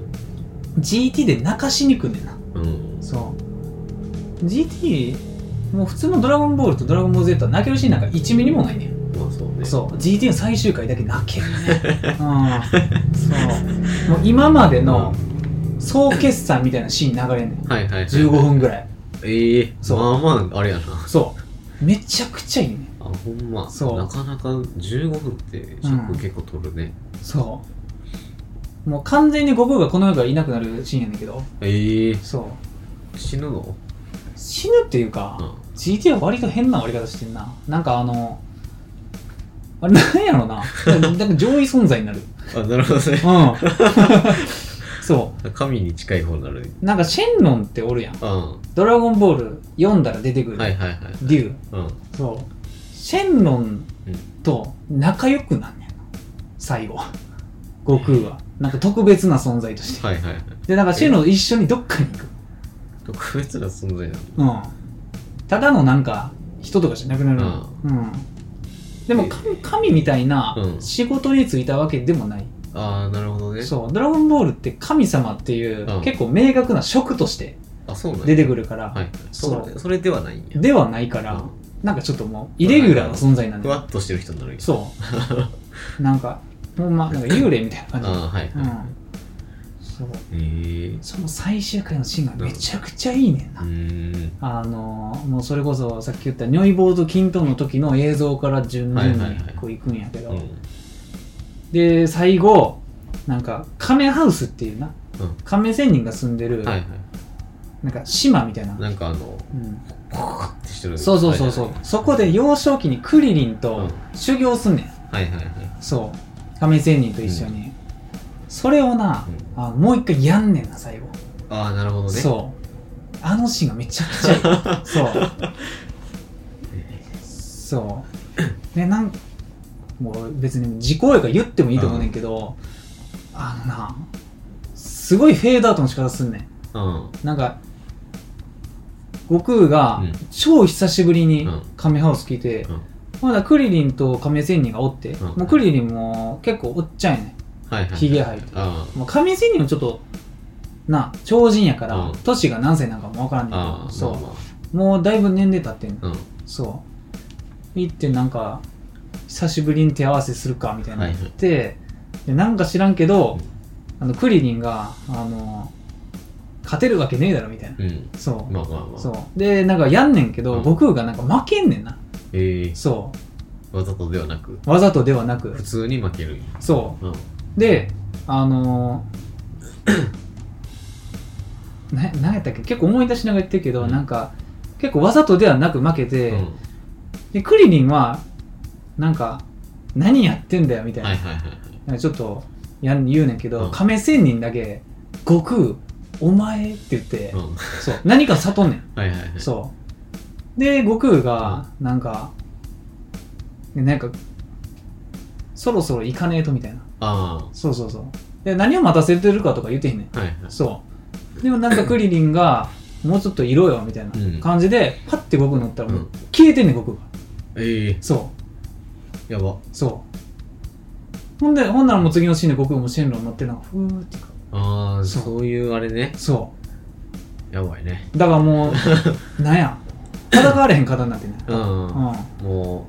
GT で泣かしにくんねんな
うん
そう GT もう普通の「ドラゴンボール」と「ドラゴンボール Z」は泣けるシーンなんか1ミリもないねん
まあそうね
そう GT の最終回だけ泣けるね、うん、そうもう今までの総決算みたいなシーン流れんねん
はいはいはいはい
15分ぐらい
ええ
そう
まあまああれやな
そうめちゃくちゃいいね
あほんま
そう
なかなか15分って
うん
尺結構取るね、
そうもう完全に悟空がこの世からいなくなるシーンやねんけど
ええ
そう
死ぬの
死ぬっていうか、
うん
GT は割と変な終わり方してんななんかあのあれなんやろななんか上位存在になる
あなるほどね
うんそ
神に近い方になる
うなんかシェンロンっておるやん
うんは
ドラゴンボール読んだら出てくる、
いはいはい
デュ
うんうん
ー。そう。シェンロンと仲良くなんねんな。最後。悟空は。なんか特別な存在として。
はいはいはい
で、なんかシェンロンと一緒にどっかに行く。
特別な存在なの
うん。ただのなんか人とかじゃなくなるの。うん。でも神神みたいな
うん
仕事に就いたわけでもない、
ああなるほどね
そう「ドラゴンボール」って神様っていう、
うん
結構明確な職として
あそうなんや
出てくるから、
はいはい
そう
それそれではないんや
ではないから、
うん
なんかちょっともうイレギュラーな存在なん
ふ
だよ
わっとしてる人になるんや
そう なんかほんまなんか幽霊みたいな感じ
ああはい
うん
は
そう
いええ
その最終回のシーンがめちゃくちゃいいねんな、
うーん
あのーもうそれこそさっき言った「尿意棒と金との時の映像から順々
はいはい
に
はい
こういくんやけど、
うん
で最後なんか亀ハウスっていうな、
うん
亀仙人が住んでる、
はいはい
なんか島みたいな、
なんかあの
うん
ポコってしてる
そうそうそうそうそこで幼少期にクリリン
うん
と修行すんねん、
はいはいはい
そう亀仙人と一緒に、それをな、あもう一回やんねんな最後、
ああなるほどね
そうあのシーンがめちゃくちゃ いいそうそうねなんもう別に自己映画言ってもいいと思うねんけど、あのなすごいフェードアウトの仕方すんねん
うん
なんか悟空が
うん
超久しぶりに
うん
亀ハウス聞いて、
うん
まだクリリンと亀仙人がおって、
うん
もうクリリンも結構おっちゃんやね
はいはい
ひげ生えて
あ
もう亀仙人もちょっとな超人やから
うん
年、が何歳なんかも分からんね
あ
んけ
あ
ど
あ
そう、
まあま
もうだいぶ年齢経ってんの、
あうん
そう行ってなんか久しぶりに手合わせするかみたいなの言って、でなんか知らんけど、あのクリリンがあの勝てるわけねえだろみたいな、
うん。
そう、
まあまあまあ。
そうでなんかやんねんけど、
うん
悟空がなんか負けんねんな
ええ
そ
わざとではなく、
うわざとではなく
普通に負けるんや。
そ
うん。
うであのー ななんやったっけ結構思い出しながら言ってるけど、
うん
なんか結構わざとではなく負けて、
うん
でクリリンはなんか何やってんだよみたいな、
はいはいはいはい。
なんかちょっとやん言うねんけど、
うん
亀仙人だけ「悟空お前」って言って、
うん。
そう何か悟んねん
はいはいはい。
そうで悟空がなんか、でなんかそろそろ行かねえとみたいな
あ
そうそうそうで何を待たせてるかとか言ってへんねん
あ。はいはい。
そうでもなんかクリリン がもうちょっといろよみたい
うん
な感じで、パッて悟空乗ったら
う。
もうん消えてんねん悟空が
ええ
そう
やば。
そうほんでほんならもう次のシーンで悟空も線路乗ってなんかふーってか
ああ、
そう
そういうあれね。
そ
やばいね。
うだからも うなんや戦われへん方になってんねん
うん。も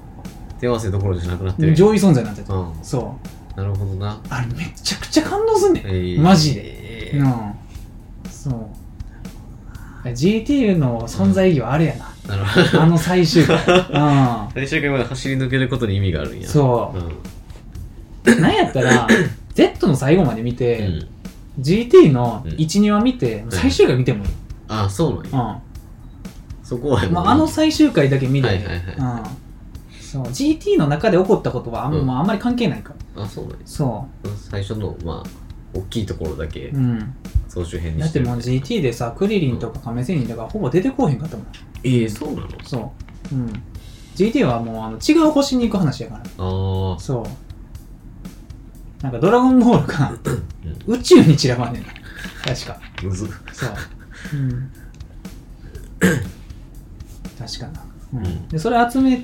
う、手合わせどころじゃなくなって
うん
る。
上位存在になって
う
た
ん。
そう
なるほどな。
あれめちゃくちゃ感動すんねん、
ええ
マジ
で
うんそう GT の存在意義はあれやな、
なるほ ど。
あの最終回う
最終回まで走り抜けることに意味があるん
ん
や。
そ
ん。
うなんやった ら Z の最後まで見
う
て、
ん。
GT の
うん
12話見て、最終回見てもいい、
ああ、そうなん
うん
や。そこは。
まあ、あの最終回だけ見て、
はいはいは
うん、そう GT の中で起こったことはあん,、
うん
まあ、あんまり関係ないから
あ、そうなんや。
そ
最初の、まあ、大きいところだけ
う、う、ん、
総集編に
だっ
してて
もう GT でさクリリンとか亀仙人とかほぼ出てこうへんかったもん
ええそうなの
そう。うん。GT はもうあの違う星に行く話やから。
あ
そう。なんかドラゴンボールが
う
宇宙に散らばんねんな。確か。
あ、むず。
そう。うん。確かな。うん。
うん
で、それ集め、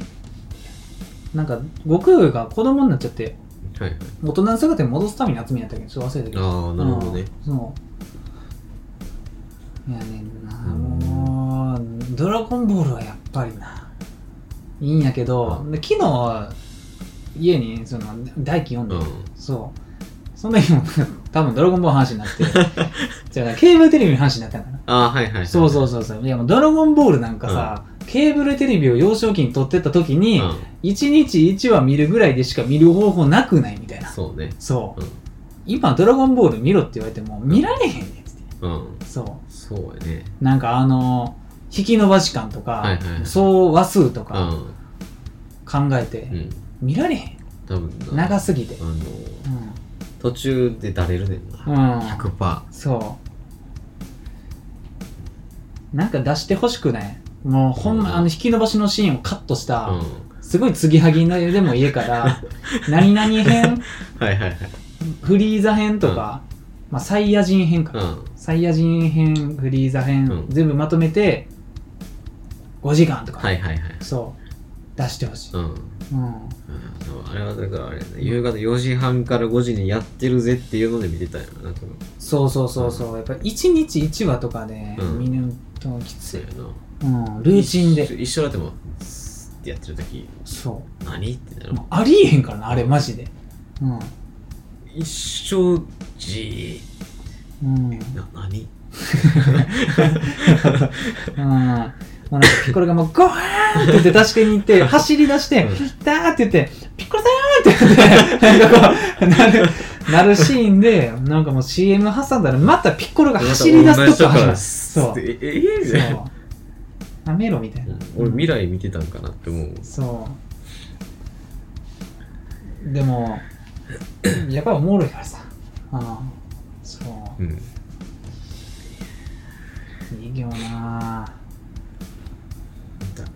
なんか悟空が子供になっちゃって、
はいはい。
大人の姿に戻すために集めやったけど、ちょっと忘れたけど。
ああ、なるほどね。
うん。そう。いやねんな、もう、ドラゴンボールはやっぱりな、いいんやけど、で昨日、家に、その、大輝読ん
う
で、
ん。
そう。その時も、多分ドラゴンボールの話にな って、じゃあなケーブルテレビの話になったんだな。
ああ、はいはいはい。。
そうそううそうそう。いや、もうドラゴンボールなんかさ、ケーブルテレビを幼少期に撮ってた時
う
に、
ん。
1日1話見るぐらいでしか見る方法なくないみたいな。
そうね。
そう、
うん
今「ドラゴンボール」見ろって言われても見られへんねんっつって
うん。
そ
そうやね。
うなんかあのー引き伸ばし感とか、
はいはいはい
総話数と
う
か
ん。
考えて、
うん。
見られへん
多分な。
長すぎて
あの、
うん、
途中でだれるねんな。
うん、
100%。
そうなんか出してほしくないもうほんま、
うん
あの引き伸ばしのシーンをカットした、
うん。
すごい継ぎはぎのでも家から 何々編
はいはいはい。
フリーザ編とか、まあサイヤ人編か、
うん。
サイヤ人編、フリーザ編、
うん
全部まとめて、5時間とか、
はいはいはい。
そう、出してほしい。
うん。
うん。
うんあれはだからあれ、ね、夕方4時半から5時にやってるぜっていうので見てたよな。なんか
そうそうそうそう。やっぱ1日1話とかで
うん
見るときつ
そう
い
や。な。
うん、ルーチン
一
で。
緒一緒だってもスッてやってる時
そ
何ってな
う。
る
もうありえへんからな、あれマジで。うん。
一生じ
うん。うん。
な何
もうなんかピッコロがもう、ゴーンって言って助けに行って、走り出して、
うん
ピッターって言って、ピッコロさんって言って、なんかこう、なる、なるシーンで、なんかもう CM 挟んだら、またピッコロが走り出すとこ
ま
始ま
た同
る。
じ
そ
とこからスッ
う。
て ええみ
そ
たいな
う。なめろみたいな。
うん俺未来見てたんかなって思う
そう。でも、やっぱりおもろいからさ。ああそう。
うん
いいよなぁ。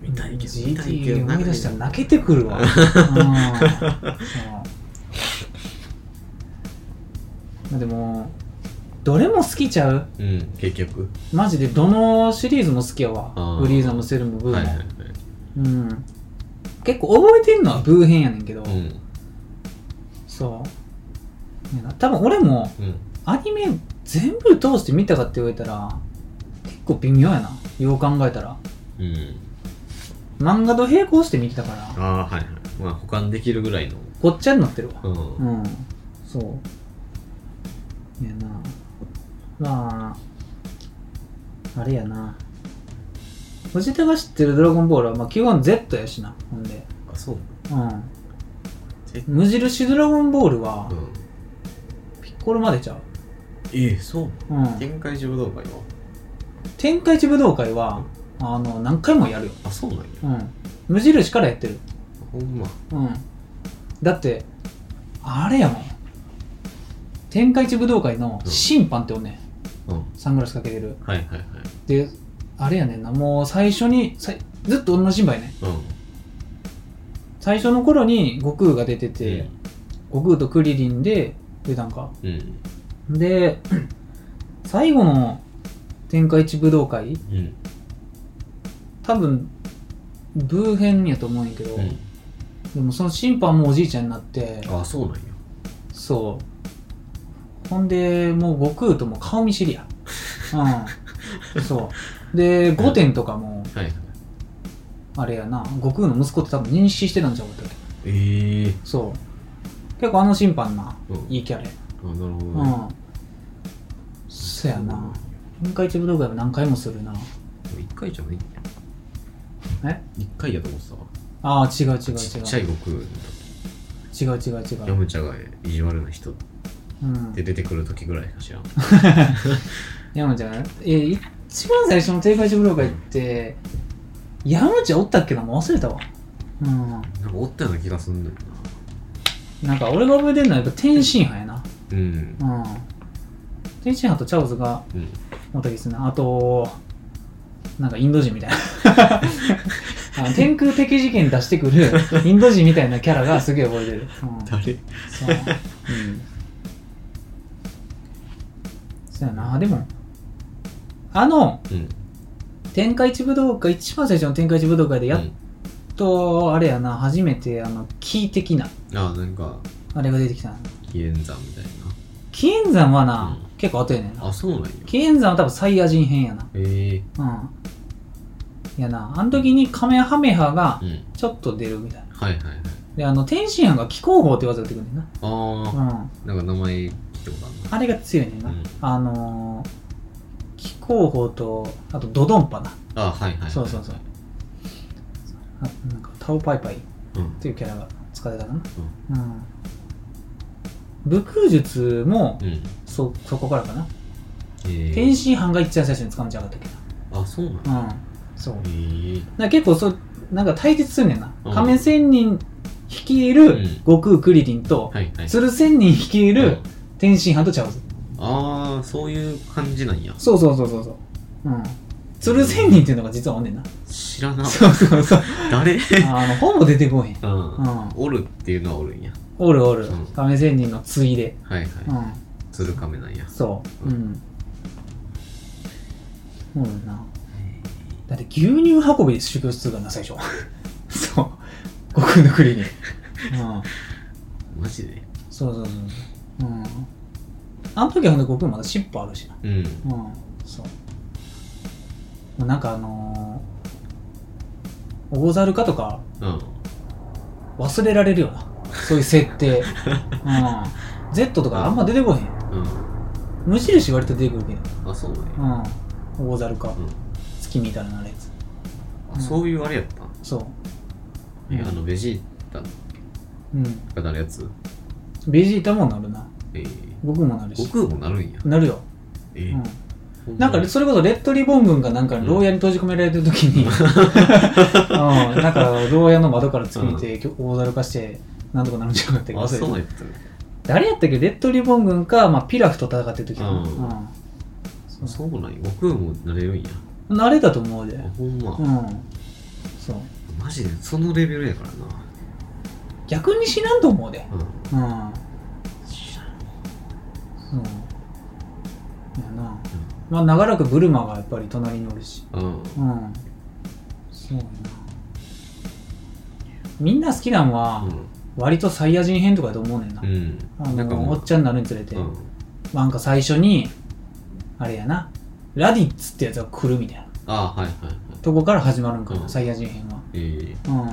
見たいけど見たいけ
GT
ど
思い出したら泣けてくるわ。うんそうまあでも、どれも好きちゃう
うん結局
マジでどのシリーズも好きやわ
あ。ー
フリーザもセルもブーも。
はいはいはい
うん、結構覚えてんのはブー編やねんけど、
うん
そう。ねな多分俺も
うん
アニメ全部通して見たかって言われたら、結構微妙やな。よう考えたら。
うん
漫画と並行して見てたから。
ああはいはいまあ保管できるぐらいの
ごっちゃになってるわ。
うん
うん。そう。いやな。まあ、あれやな藤田が知ってるドラゴンボールはまあ基本 Z やしなほんで
あそう
うん
え
無印ドラゴンボールは
うん
ピッコロまでちゃう、
ええそう
うん、
展開柔道会は
天下一武道会はあの何回もやるよ、
あそうなんや
うん、無印からやってる、
ほんま
うん、だってあれやもん天下一武道会の審判っておんねん
うん
サングラスかけてる
はいはいはい
であれやねんなもう最初にさいずっと同じ審判やねん
うん
最初の頃に悟空が出てて、悟空とクリリンで出たんか
うんうん
で 最後の天下一武道会
うん
多分ブー編やと思うんやけど、
うん
でもその審判もおじいちゃんになって
あそうなんや
そうほんでもう悟空とも顔見知りや うんそうで御殿とかも
はいはい
あれやな悟空の息子って多分認識してたんじゃなかったっけ
ええ
そう結構あの審判な
うん
いいキャラや
あなるほど
う
ね
んそやな天下一武道会も何回もするな
でも一回じゃないんや
え
一回やと思ってたわ
ああ違う違う違う
ちっちゃい悟空の時
違う違う違
ヤ
う、
ムチャが意地悪な人っ
うん
て、出てくる時ぐらいかしら
山ちゃんえ一番最初の定価一武道会って山ちゃんおったっけなもう忘れたわうん
なんかおったような気がすんだよな
なんか俺が覚えてるのはやっぱ天津飯やな
うん
うん天津飯とチャオズが
うん
おったきすねあとなんかインド人みたい なあの天空的事件出してく るインド人みたいなキャラがすげえ覚えてる、うん、
誰
そう。うん。そうやな。でも、あの、
うん
天下一武道会、一番最初の天下一武道会で、やっ
うん
と、あれやな、初めて、あの、キー的な、
あなんか
あれが出てきたな。
紀元山みたい
紀元山はな、
う
結構後やねん
な
な。
あそうなんや
紀元山は多分サイヤ人編やな。
ええ
うん。やな、あの時にカメハメハが
うん
ちょっと出るみたいな。
はいはいはい
で、あの、天津飯が気候法って技出てくるねんな。
ああ
うん。
なんか名前聞いたことあるな
あれが強いねんな。
うん
あのー、気候法と、あとドドンパな。
あはいはいはい
そうそうそうあなんかタオパイパイっ
うん
ていうキャラが使ってたかな。うん。武空術も
うん
そ、そこからかな。
え
天
え
津飯が一番最初に掴んじゃなかったっけ
あそうなんや
ど。うん。そう。だか
ええ
ら結構そう、なんか対立すんねんな。
うん
亀仙人率いうる
ん
悟空クリリンと、
はいはい
鶴仙人率い
うん
る天津飯とチャオズ。
ああそういう感じなんや
そうそうそうそうそう。うん。鶴仙人っていうのが実はおんねんな。
知らな
そうそうそう。
誰
あの、本も出てこへん。
う
うんん。
おるっていうのはおるんや
おるおる
うん。
亀仙人のついで。
はいはい
うん。
鶴亀なんや
そう。う
うん
ん。おるな。だって牛乳運びで修行するからな、 最初。そう。悟空の国に。うん。
マジで
そうそうそうそう。うん。あの時はほんで悟空まだ尻尾あるしな。
うん
うん。そう。もうなんかあのー、大猿化とか
うん
忘れられるよな。そういう設 定。うん。Z とかあんま出てこへん。
うん
無印割と出てくるけど。
あそうなんや
うん。大猿か。
うん
月みたいなやつ。
あそういうあれやった
そう。
えあのベジータ
うん。
がなるやつ
ベジータもなるな。
ええ
悟空もなる
悟
し。
空もなるんや
なるよ。
え
う
え
ん。なんか、それこそレッドリボン軍がなんか牢屋に閉じ込められてる時 に、うん。なんか牢屋の窓から突き抜いて、大猿化して、なんとかなるんじゃなかったっけ
あ
忘れた
そうやったね
誰やったっけレッドリボン軍か、まあ、ピラフと戦ってる時かな。
う
う
ん
ん。そ
そうなんや悟空もなれるんや
う。慣れたと思うで
あ。ほんま
うん。そう。
マジでそのレベルやからな
逆に死なんと思うで。
うん
うん。そう。やな。まあ、長らくブルマがやっぱり隣におるし。
うん
うん。そうやな。みんな好きなんは、割とサイヤ人編とかやと思うねんな。
うん
あ
なんか
の
も
お
う
っちゃんになるにつれて、
うん
なんか最初に、あれやな、ラディッツってやつが来るみたいな
あはいはいはい
とこから始まるんかな、
うん
サイヤ人編は。
ええ
うん。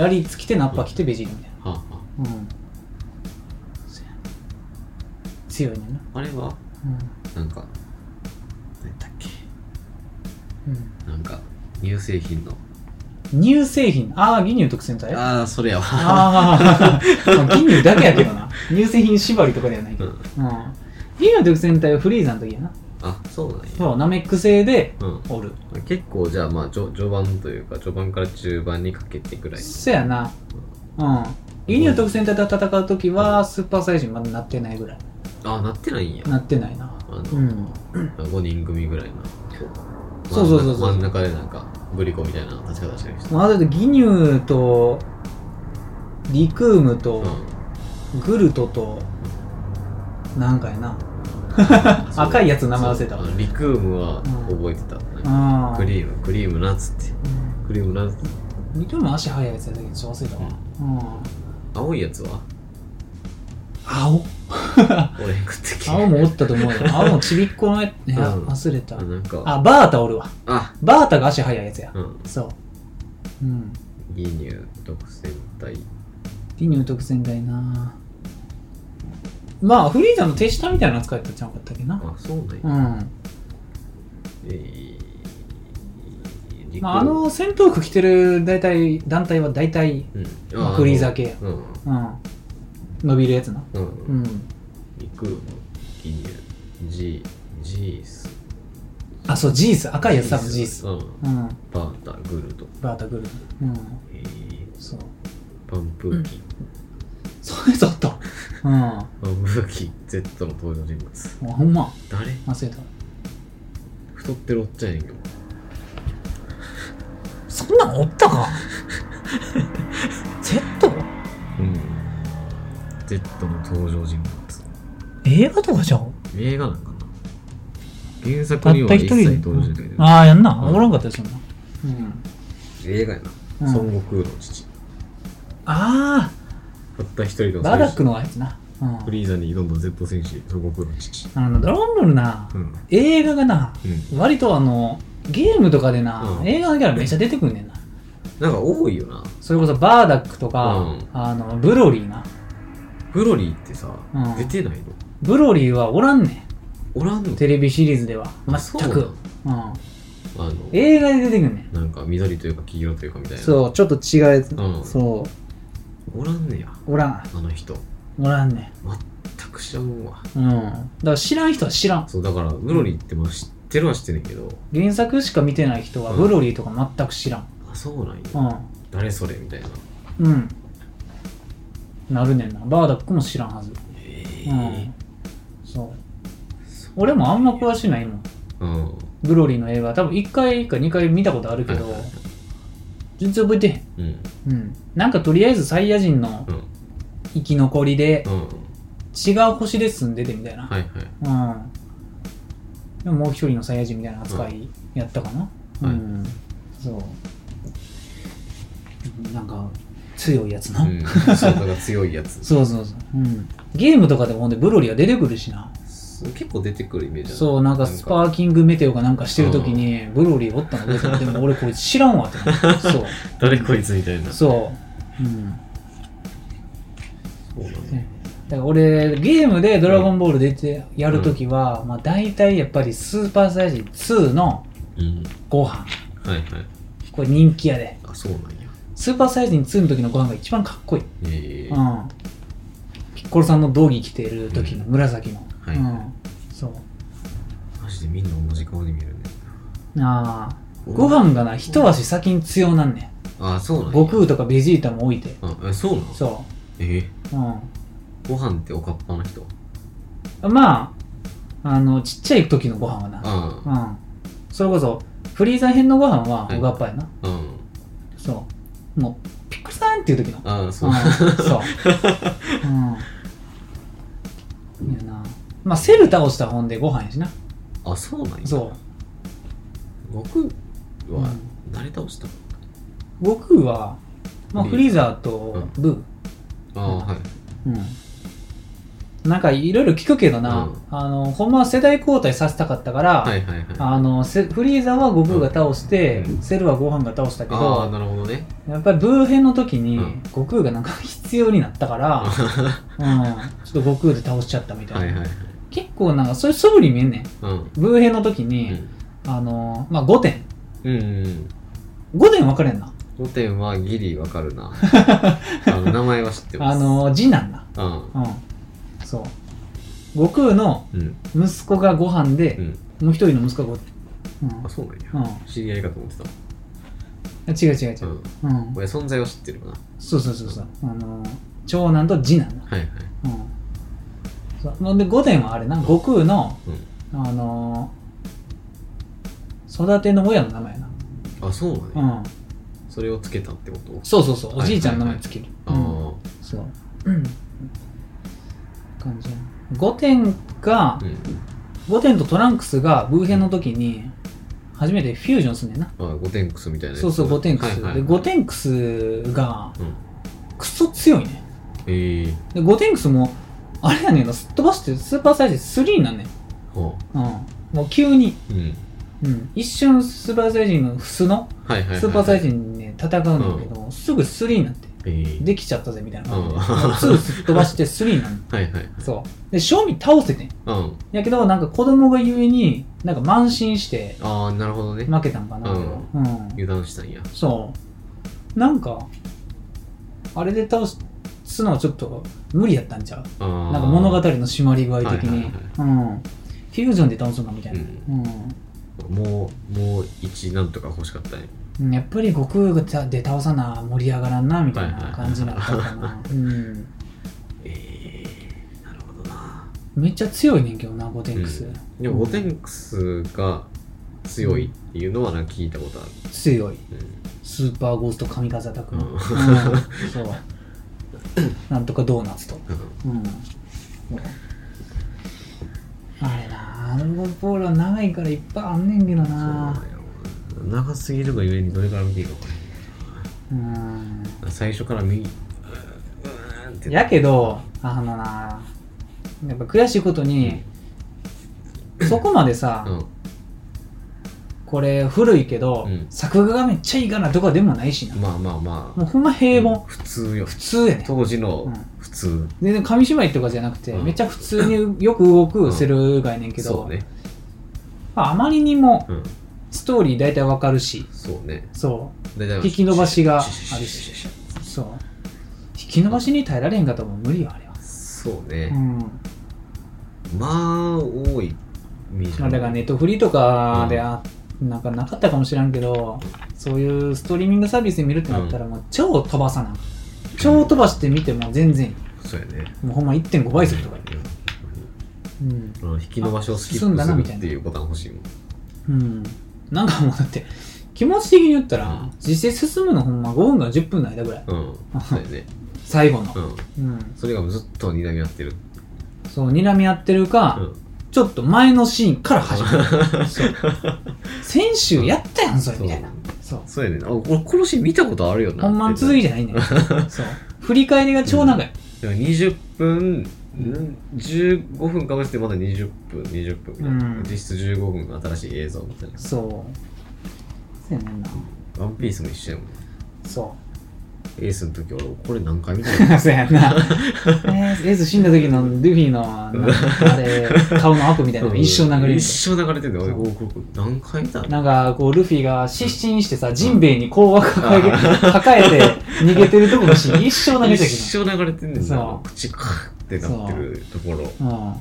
ラディッツ来て、ナッパ来て、ベジータみたい
はあは
な。うん。そうやな強いねんな。
ああれは
うん。
なんか何だっけ
うん
なんか乳製品の
乳製品ああ牛乳特選隊あ
ああそれやわ
あー まあ牛乳だけやけどな乳製品縛りとかではないけ
う
ど、
ん
うん牛乳特選隊はフリーザの時やな
あそうなんや
そうナメック星で
うん
おる
結構じゃあまあ序序盤というか序盤から中盤にかけてぐらい
そやなうん牛乳特選隊と戦う時はスーパーサイジンまだなってないぐらい
あなってないんや
なってないな
あの、
うん
5人組ぐらいの
そうそうそうそう
真ん中でなんかグリコみたいな立ち方してる人
まあ、だってギニューとリクームとグルトとなんかやな赤いやつ名前忘れたわ
そうあのリクームは覚えてた、
あ
クリームクリームナッツってクリームナッツ
うんリクーム足速いやつやったけどちょっと忘れたわ、うん、
青いやつは
青
俺食ってき
青もおったと思う よ青もちびっこのやつ、いや
うん
忘れた
あなんか
あバータおるわ
あ
バータが足速いやつや
うん
そううん
牛乳独占体
ギニュー特選隊なまあフリーザの手下みたいな扱いやったんちゃうかったっけな
あそうなんや、
うん
えーリクーム
まあ、あの戦闘服着てる大体団体は大体、
うん
まあフリーザ系や
うん
うん、伸びるやつな、
う
うんん、
リクーム牛乳ジージース
あそうジース赤いやつ多分ジース、
うん
うん、
バータグルド
バータグルうん
えー
そう
パンプーキン
それちょっとうんも
パンプーキン Z の登場人物
うほんま
誰
忘れた
太ってるおっちゃんやんけど
そんなんおったか Z?
うん Z の登場人物
映画とかじゃん
映画なんかな原
た
作
っ
に
た
は
一
一
人
切
で
登場してない
ああやんな
うん
おらんかったよそんなうん
映画や
うん
な孫悟空の父
あ
たった一人
あ
の
バラック
の
のやつな、うん
フ、リーザに挑んだ Z 戦士孫悟空の父
あのドラゴンボールな
うんうん
映画がな割とあのゲームとかでな、
うん
映画のキャラめっちゃ出てくんねんな
なんか多いよな
それこそバーダックとか、
うん
あのブロリーな
ブロリーってさ
うん
出てないの
ブロリーはおらんね
おらんの
んテレビシリーズでは
そう
全
な
く
の
う、ん、
あの
映画で出てくんねん
なんか緑というか黄色というかみたいな
そうちょっと違うやつ、
うん
そ
おらんねや
うおらん
あの人
おらんね
全く知らんわ
んうんだから知らん人は知らん
そうだからブロリーってまあ知ってるは知ってんねんけど
原作しか見てない人は
うん
ブロリーとか全く知らん
あそうなんや
う
誰それみたいなん
うんなるねんなバーダックも知らんはず
え
うんそう俺もあんま詳しないもん
うん
ブロリーの映画多分1回か2回見たことあるけど
はいはいはい
全然覚えてへん、
うん
うん、なんかとりあえずサイヤ人の
うん
生き残りで
うん
違う星で住んでてみたいな、
はいはい
うんでももう一人のサイヤ人みたいな扱いやったかなうん、
はい
そうなんか強いやつな、
うんそうだから強いやつ
そうそうそう、うん、ゲームとかでもほんでブロリーは出てくるしな
そう結構出てくるイメージある
そうなんかスパーキングメテオかなんかしてる時にブロリーおったの覚えてるでも俺こいつ知らんわってな ってそう
誰こいつみたいな
そう。うん。
そうなんや
ねだから俺、ゲームでドラゴンボール出てやるときは、まあ大体やっぱりスーパーサイヤ人2の
うん
ご飯。
はいはい
これ人気やで。
あそうなんや
スーパーサイヤ人2の時のご飯が一番かっこいい。
ええ
うん。ピッコロさんの道着着てる時の紫の。
うんはい
うん。そう。
マジでみんな同じ顔で見るね
ああ。ご飯がな、一足先に強なんね。
あそうんなんや
悟空とかベジータも置いて。
あえそうなの
そ
ええ
う。うん。
ご飯っておかっぱの人
まあ、あの、ちっちゃい時のご飯はな、
あ
うん。それこそ、フリーザ編のご飯は
はい
おがっぱやな。
あうん
そう。もう、ピックルさんっていう時の。、
ああそううん
そう。うん。いやな。まあ、セル倒した本でご飯やしな。
あそうなんや
そう
僕
う
は
ん
誰倒したの。
悟空は、まあ、フ
フ
リ
リ
ー
ー
ザーとブー。
ああはい
うん。なんか、いろいろ聞くけどな、
うん
あの、ほんまは世代交代させたかったから、
はいはいはいあ
あのせフリーザは悟空が倒して、
うん
セルはご飯が倒したけど、
あーなるほどね
やっぱりブー編の時に、
うん
悟空がなんか 必要になったから、うん、ちょっと悟空で倒しちゃったみたいな。
はいはいはい
結構なんか、そういう素振り見えんねん。
うん
ブー編の時
う
に、
ん
あのーまあ、5点、
うんうん。
5点分かれんな
5点はギリわか るな。あの名前は知ってま
あ
す。
の次男な
うん。
うんそう悟空の
うん。
息子がご飯で
う、ん。
もう一人の息子がごうん
あ、そうなんや。
うん
知り合いかと思ってた。
あ違う違う違
う
う、
ん。
うん、
俺存在を知ってるかな。
そうそうそうそうあの長男と次男な
はいはい。
うんそうほんで5点はあれな悟空の
うん。
あの育ての親の名前やな
あ、そうなんや。
うん
それをつけたってこと
そうそうそう
はい
おじいちゃんの名前つける、
あ
うん
あ。
そううん感じや5点が
うん。
5点とトランクスがブーヘンの時に初めてフュージョンすんねんな
あ、ゴテンクスみたいなやつ。
そうそう5点ク
はい
ス
はい
で5点クスが
うん。
クソ強いね
ええ。
で5点クスもあれやねんなすっ飛ばしてスーパーサイズ3になんねん
ほ
うんもう急に
う。うん。
うん、一瞬スーパーサイジンの素の
はいはいはいはい。
スーパーサイジンね戦うんだけど、すぐ3になって
ええ。
できちゃったぜみたいな感じで、
うん
2すっ飛ばして3になる
はいはい。
そうで正味倒せてん
うん。
やけどなんか子供がゆえになんか慢心して
ああ、なるほどね。
負けたんかな
うん
うん、
油断したんや。
そうなんかあれで倒すのはちょっと無理やったんちゃう
ああ。
なんか物語の締まり具合的に、
はい
うんフュージョンで倒すのかみたいな、
う
うん
もう、もう1なんとか欲しかったね。
うんやっぱり悟空がたで倒さな盛り上がらんなみたいな感じなのか
はいはい
な、うん、
ええ。なるほどな。
めっちゃ強いねんけどなゴテンクス、
うんでも、ゴテンクスが強いっていうのはなんか聞いたことある。
強い
うん
スーパーゴースト神風アタックの、
うん
うん そうなんとかドーナツと、うん、あれなアルゴポールは長いからいっぱいあんねんけど
そうな
なん
や長すぎるがゆえにどれから見ていいか分かんない
うん
最初から右うーんって
やけどあのなやっぱ悔しいことに、そこまでさ、
うん
これ古いけど、
うん
作画がめっちゃいいかなとかでもないしな、
まあまあまあ
もうほんま平凡、
普通よ
普通やね
当時の
うん
普通
全然紙芝居とかじゃなくて、
うん
めっちゃ普通によく動くセルがやねんけど、
そうね
まあ、あまりにも
うん
ストーリー大体わかるし
そうね
そ
大体
引き伸ばしがある
シュ
し
シュシュシュシュシュシュ
うそう引き伸ばしに耐えられへんかったらもう無理よあれは、
そう
う
ね
ん
まあ多い身じ
まあ、だからネットフリとかであ、なんかなかったかもしらんけどそういうストリーミングサービスで見るってなったらもう超飛ばさな超飛ばして見ても全然いい
そうやね
もうほんま1.5倍速とか、うん
うん引き伸ばしをスキ
進んだな
ッ
み
プ
たい
する
な
っていうボタン欲しいもん
うん、なんかもうだって気持ち的に言ったら、
うん
実際進むのほんま5分から10分の間ぐらい
うんそうやね
最後の
う、ん
うん、
それがずっと睨み合ってる
そう睨み合ってる
う
か、
ん
ちょっと前のシーンから始ま るそう先週やったやんそれみたいなそう
そうやねあ俺このシーン見たことあるよな
ほんまの続きじゃないね んそう振り返りが超長い、
だから20分ん15分かぶせてまだ20分20分みたいな、
うん
実質15分の新しい映像みたいな
そうそうやねんな
ワンピースも一緒やもん
そう
エースの時俺これ何回見た の
そうやん な。えーエース死んだ時のルフィの、なあ れ、顔のアップみたいなのが一生流れる
一。生流れてんだよ俺
そ
おこれこれ何回見たの
なんか、こう、ルフィが失神してさ、ジンベエに甲羅抱 え抱えて逃げてるとこのシーン、一生流れて
一
る
生流れてんねん
そ
な
う
口カーってなってるところ
けどな。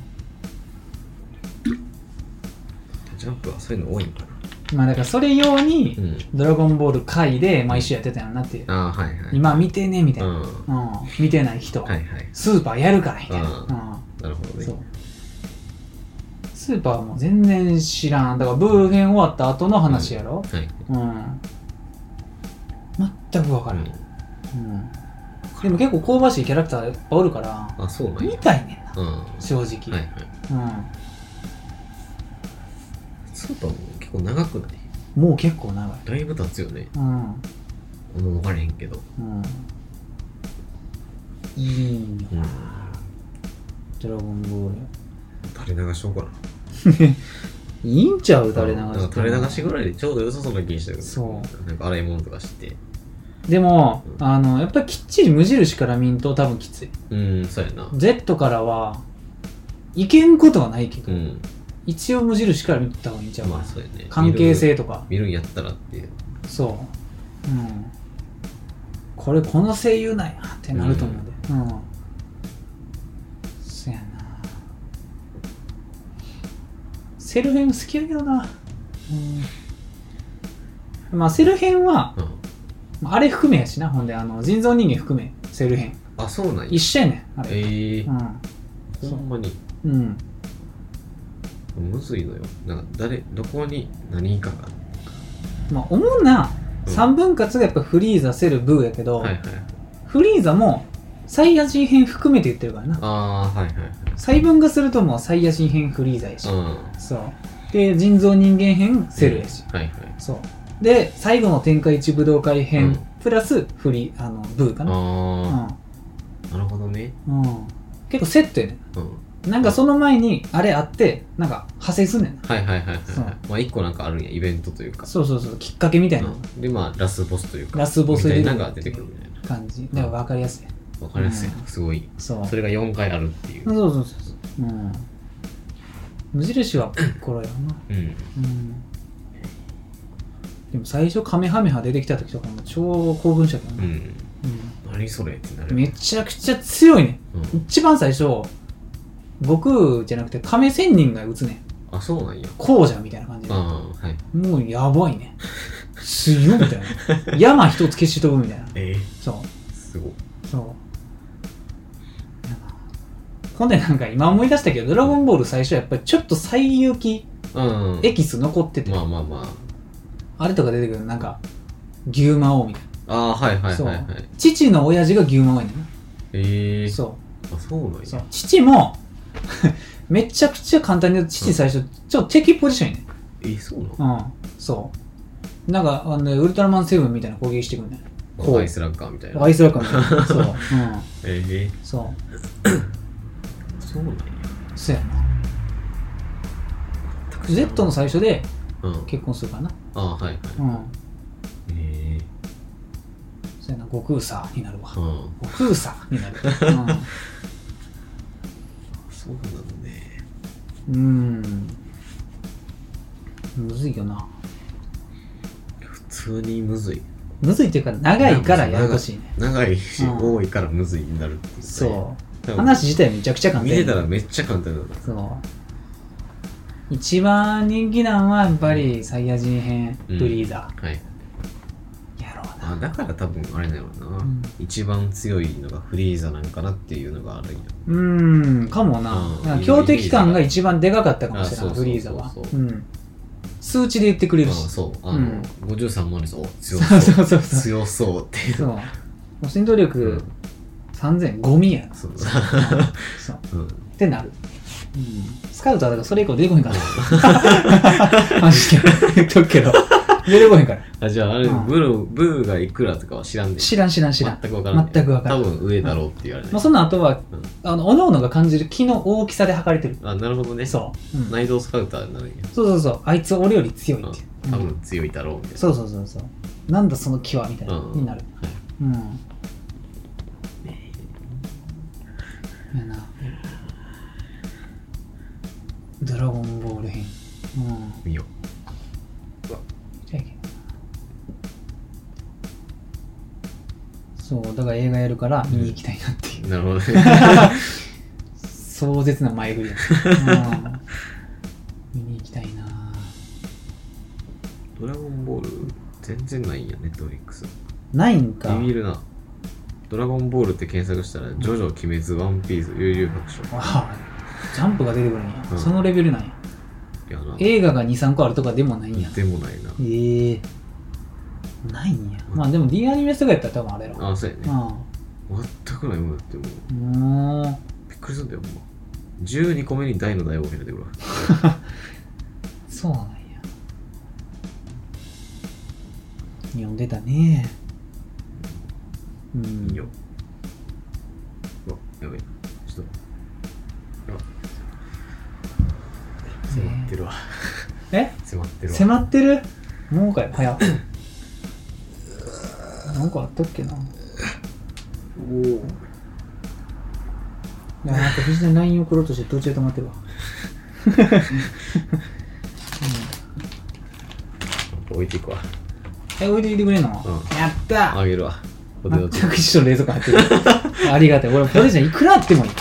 ジャンプはそういうの多いんかな
うん。まあ、だからそれ用に
う、ん
ドラゴンボール回で毎週やってたよなっていう。
ああはいはい
今見てね、みたい
うん
な。
は
うん。見てない人
い。はい
スーパーやるから、みたい
うん
な。
なるほ
う
ど
ん。
ね
そう。スーパーはもう全然知らん。だから、ブー編終わった後の話やろ。
はい
うん全く分からん、
うん
うんでも結構香ばしいキャラクターいっぱいおるから
あそうなん
見
や
たいねんな
うんは
正直、
いはいスーパーも結構長くない
うん、もう結構長い
だいぶ経つよね
うん、
もう分からへんけど
うん、いいんよ
うん
ドラゴンボール
垂れ流しようかない
いんちゃう垂れ流
なん
し
か垂れ流しぐらいでちょうど良さそうな気にしてる
そう
なんか洗い物とかして
でも
う
あのやっぱりきっちり無印から見んと多分きつい
うんそうやな
Z からはいけんことはないけ
う
ど、
ん
一応無印から見た方がいいんちゃうか
ま
な
あそうやね
関係性とか
見るんやったらっていう
そう、うん、これこの声優なんやってなると思うんでうん、そやなセルフ編好きやけどな、うん、まあセルフ編は
うん
あれ含めやしなほんであの人造人間含めセルフ編
あそうなん
一
や
緒やねんあれ、
ええ
うん
ほんまに
うん、うん、
むずいのよなんか誰どこに何かが
まあ主な
うん
三分割がやっぱフリーザセルブーやけど、
はいはい
フリーザもサイヤ人編含めて言ってるからな
ああはいはい
細分化するともうサイヤ人編フリーザやし、
は
そうで人造人間編
い
セルやし、
はいはい
そうで最後の天下一武道会編、
うん
プラスフリーあのブーかな
ああなるほどね
うん、うん、結構セットやね
うん
なんかその前にあれあってなんか派生すんねんな
はいはいはいはい
そう
はいまあ一個なんかあるんやイベントというか
そうそうそうきっかけみたいな
うんでまあラスボスというか
ラスボス
み
で
たいなのが出てくるみたいな
感じだから分かりやすい
わかりやすい
うん
すごい
そう
それが4回あるっていう
そうそうそうそう。うん。無印はピッコロやな。
うん
うん。でも最初カメハメハ出てきた時とかも超興奮したけど
う
ね、
ん何それってな
うん
る
めちゃくちゃ強いね。
うん
一番最初、僕じゃなくて亀仙人が打つねん。
あそうなんや
こうじゃんみたいな感じで。
ああはい
もうやばいね。強いみたいな。山一つ消し飛ぶみたいな。
ええ
そう。
すごい
そう。なんかほんでなんか今思い出したけど、ドラゴンボール最初やっぱりちょっと最有機
うん
エキス残ってて、
まあまあまあ
あれとか出てくるなんか、牛魔王みたい
ああはい
な。
はいはいはい
そう。父の親父が牛魔王やねんな。
ええ
そ
あそうなん
う。そう
や
父も、 めちゃくちゃ簡単に言うと父最初、ちょっと敵ポジションやね
えーそうなの
ん。うん。そう。なんか、あのね、ウルトラマンセブンみたいな攻撃してくるね。こう
アイスラッガーみたいな
アイスラッカーみたいな。 そう。うん。
ええ
そ
そうなんや
う。そうやな。Z の最初で
うん
結婚するからな。
ああはいはい
うん。
ええ
そうやな、悟空さになるわ。
うん
悟空さになる。うん
そうなのね。
うーん。むずいよな。
普通にむずい。
むずいっていうか、長いからややこしいね。
長いし、
うん
多いからむずいになるっていう、ね。
そう。
多分
話自体めちゃくちゃ簡単
見
やね
てたらめっちゃ簡単だな。
そう。一番人気なんはやっぱりサイヤ人編、
うん
フリーザ
はい。
やろうな。
あだから多分あれだよな、
ん
一番強いのがフリーザなんかなっていうのがあるんや。
うーん、かもな
うん。
なんか強敵感が一番でかかったかもしれ
あ
な
そ
い、
うそうそうそう
フリーザは。うん。数値で言ってくれ
あ
るし。
そう。あの、
うん
53万です。お強
そ
そうう。
そうそう そう
強そうっていう。
そう。もう戦闘
う
力
ん
3000、ゴミやな。
そう。
そう。
うん。
ってなる、スカウトはだからそれ以降出てこへんからマジで言っとくけど出てこへんから
あ、じゃあ、あれ、
うん
ブル、ブーがいくらとかは知らんで。
知らん知らん知らん
全くわからん、
全くわからん
多分上だろうって言われない。
もうその後は、
うん
あの各々が感じる気の大きさで測れてる
あ、なるほどね。
そう、うん
内藤スカウターになるんや。
そうそうそうあいつ俺より強いって
うん多
いう、うん
分強いだろうみたいな。
そうそうそうそうなんだその気はみたいな、
うん
になる
はい
うんやなドラゴンボール編うん
見よ
じゃあいけそうだから映画やるから見に行きたいなっていう、
う。なるほど ね。
壮絶な前振 りや、うん、見に行きたいな
ドラゴンボール、全然ないんや、ネットフリックス。
ないんか
ビビるな。ドラゴンボールって検索したら、ジョジョ、鬼滅、ワンピース、悠々白書。
わあジャンプが出てくるんや、
うん
そのレベルなんや
いやな。
映画が23個あるとかでもないんや
でもないな。
ええないんやまあでも D アニメスとかやったら多分あれやろ
あ、そうやね。全くないもんだって、もう。
うんもう
びっくりするんだよ、ほんま。12個目に大の大冒険出てくるわ。
そうなんや読んでたねうん
見よう。うわ、やべえ。ちょっと。うわ迫ってるわ。
え
迫ってるわ。
迫ってるもうかよ早っ なんかあったっけな
おお。
いやなんか藤田 LINE 送ろうとして途中で止まってるわ
置いていくわ
え、置いてきてくれんの、
う
やった
あげるわポテト
全
チップ
く一緒の冷蔵庫入ってる。ありがたい。俺、ポテチいくらあってもいい。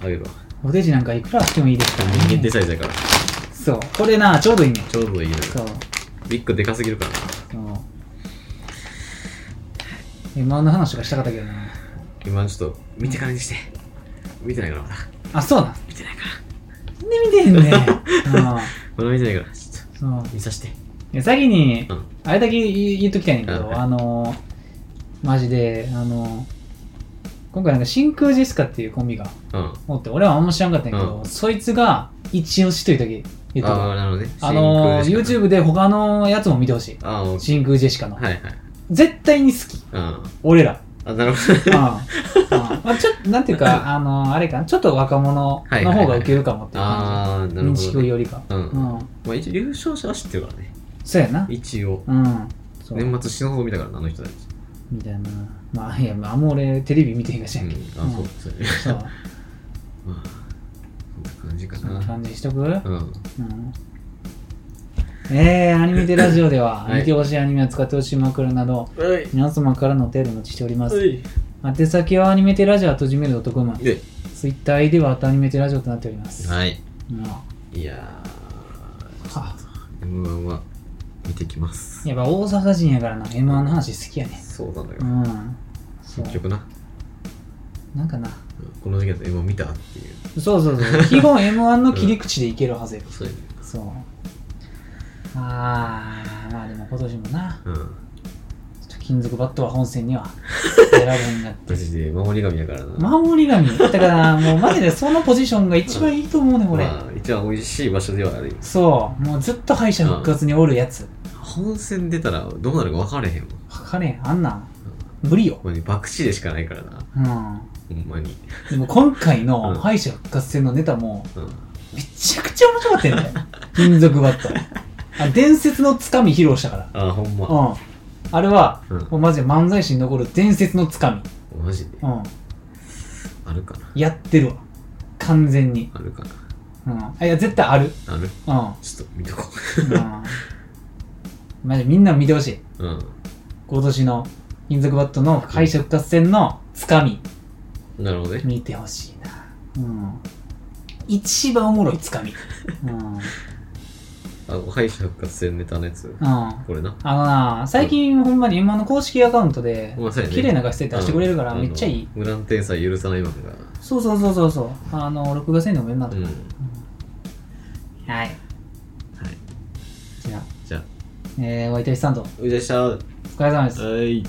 あげるわ
ポテチなんかいくらあってもいいですからね。
限定サイズだから
そう。これな、ちょうどいいね。
ちょうどいいのよ
そう。
1個でかすぎるからな
そう。M1 の話とかしたかったけどな。
今ちょっと見てからにして見てないからまだ
あ、そうだ。
見てないから
なんで見てへ んねん。うん
まだ見てないからちょっ
そう
と見させて
いや先に
うん、
あれだけ言言っときたいんだけ
うんはい
ど、あのー、マジで、あのー、今回なんか真空ジェスカっていうコンビが
うんあ
おって、俺はあんま知らんかったんやけど、そいつが一押しというだけ言っと
あ
こ
ー
う
なるほどね
あのー、
真空ジェシカ
YouTube で他のやつも見てほしい。
ああもう
真空ジェシカの。
はいはい
絶対に好き。
うん
俺ら。
あなるほ
う
ど
んうんまあ、ちょっと、なんていうか、あのー、あれかな、ちょっと若者の方がウケるかもっていう感
ああ
じ。
なる
認
ほど
識
ね
よりか。
うん
うん。
まあ一応優勝者は知ってるからね
そうやな。
一応
うん。そう
年末死ぬほど見たからなあの人たち
みたいな。まあ、いや、まあ、あんま俺、テレビ見てへんかしらんけど。
うんあそうそうね
うんそう。
まあそんな感じか
そん
な
な感じにしとくうん。
うん
えー、アニメテラジオでは、
はい
見てほしいアニメを使ってほしい枕など、
はい
皆様からのお便りをお待ちしております。
い
宛先はアニメテラジオとじめる .com。
で
ツイッター ID はアタニメテラジオとなっております。
はい
うん
いや
は
M1 は見てきます
やっぱ大阪人やからな、M1 の話好きやね。
そうなのよ
うん。そう
結。局な
なんかな。
この時期だと M1 見たっていう
そうそう そう。基本 M1 の切り口でいけるはずやから
そういう
そう。ああ、まあでも今年もな、
うん
ちょっと金属バットは本戦には出られへんなって。
マジで守り神だからな
守り神だからもうマジでそのポジションが一番いいと思うね、俺。
まあ一番美味しい場所ではあるよ
そう、もうずっと敗者復活におるやつ。
本戦出たらどうなるか分かれへんわ
わかれへん、あんなん、無理よ。
ほんまに爆死でしかないからな
うん。
ほんまに
でも今回
う
の
ん
敗者復活戦のネタも、
うん
めちゃくちゃ面白かったよね。金属バット。あ伝説のつかみ披露したから。
あほんま
うん。あれは、
うん
もうマジで漫才師に残る伝説のつか
マジで
み。うん。
あるかな
やってるわ。完全に。
あるかな
うん。あいや、絶対ある。
ある
うん。うん
ちょっと見とこ
マジみんな見てほしい。
ううん
今年の金属バットの敗者復活戦のつかみ。
なるほどね
見てほしいな。うん。一番おもろいつかみ。うん。うん。
あ敗者復活戦ネタのやつ
あ
これな
のな、最近ほんまに M1 の公式アカウントで
ほんまそうやね
綺麗な画質で出してくれるから
うん
めっちゃいい
あの。無断天才許さないマンが
そうそうそうそうそう。あの、録画せんでもええなと
うん
思
は
う。はい。
い
じゃあ、
じゃあ
えー、お相手はスタンド。
おいでしたは
お疲れ様です。
い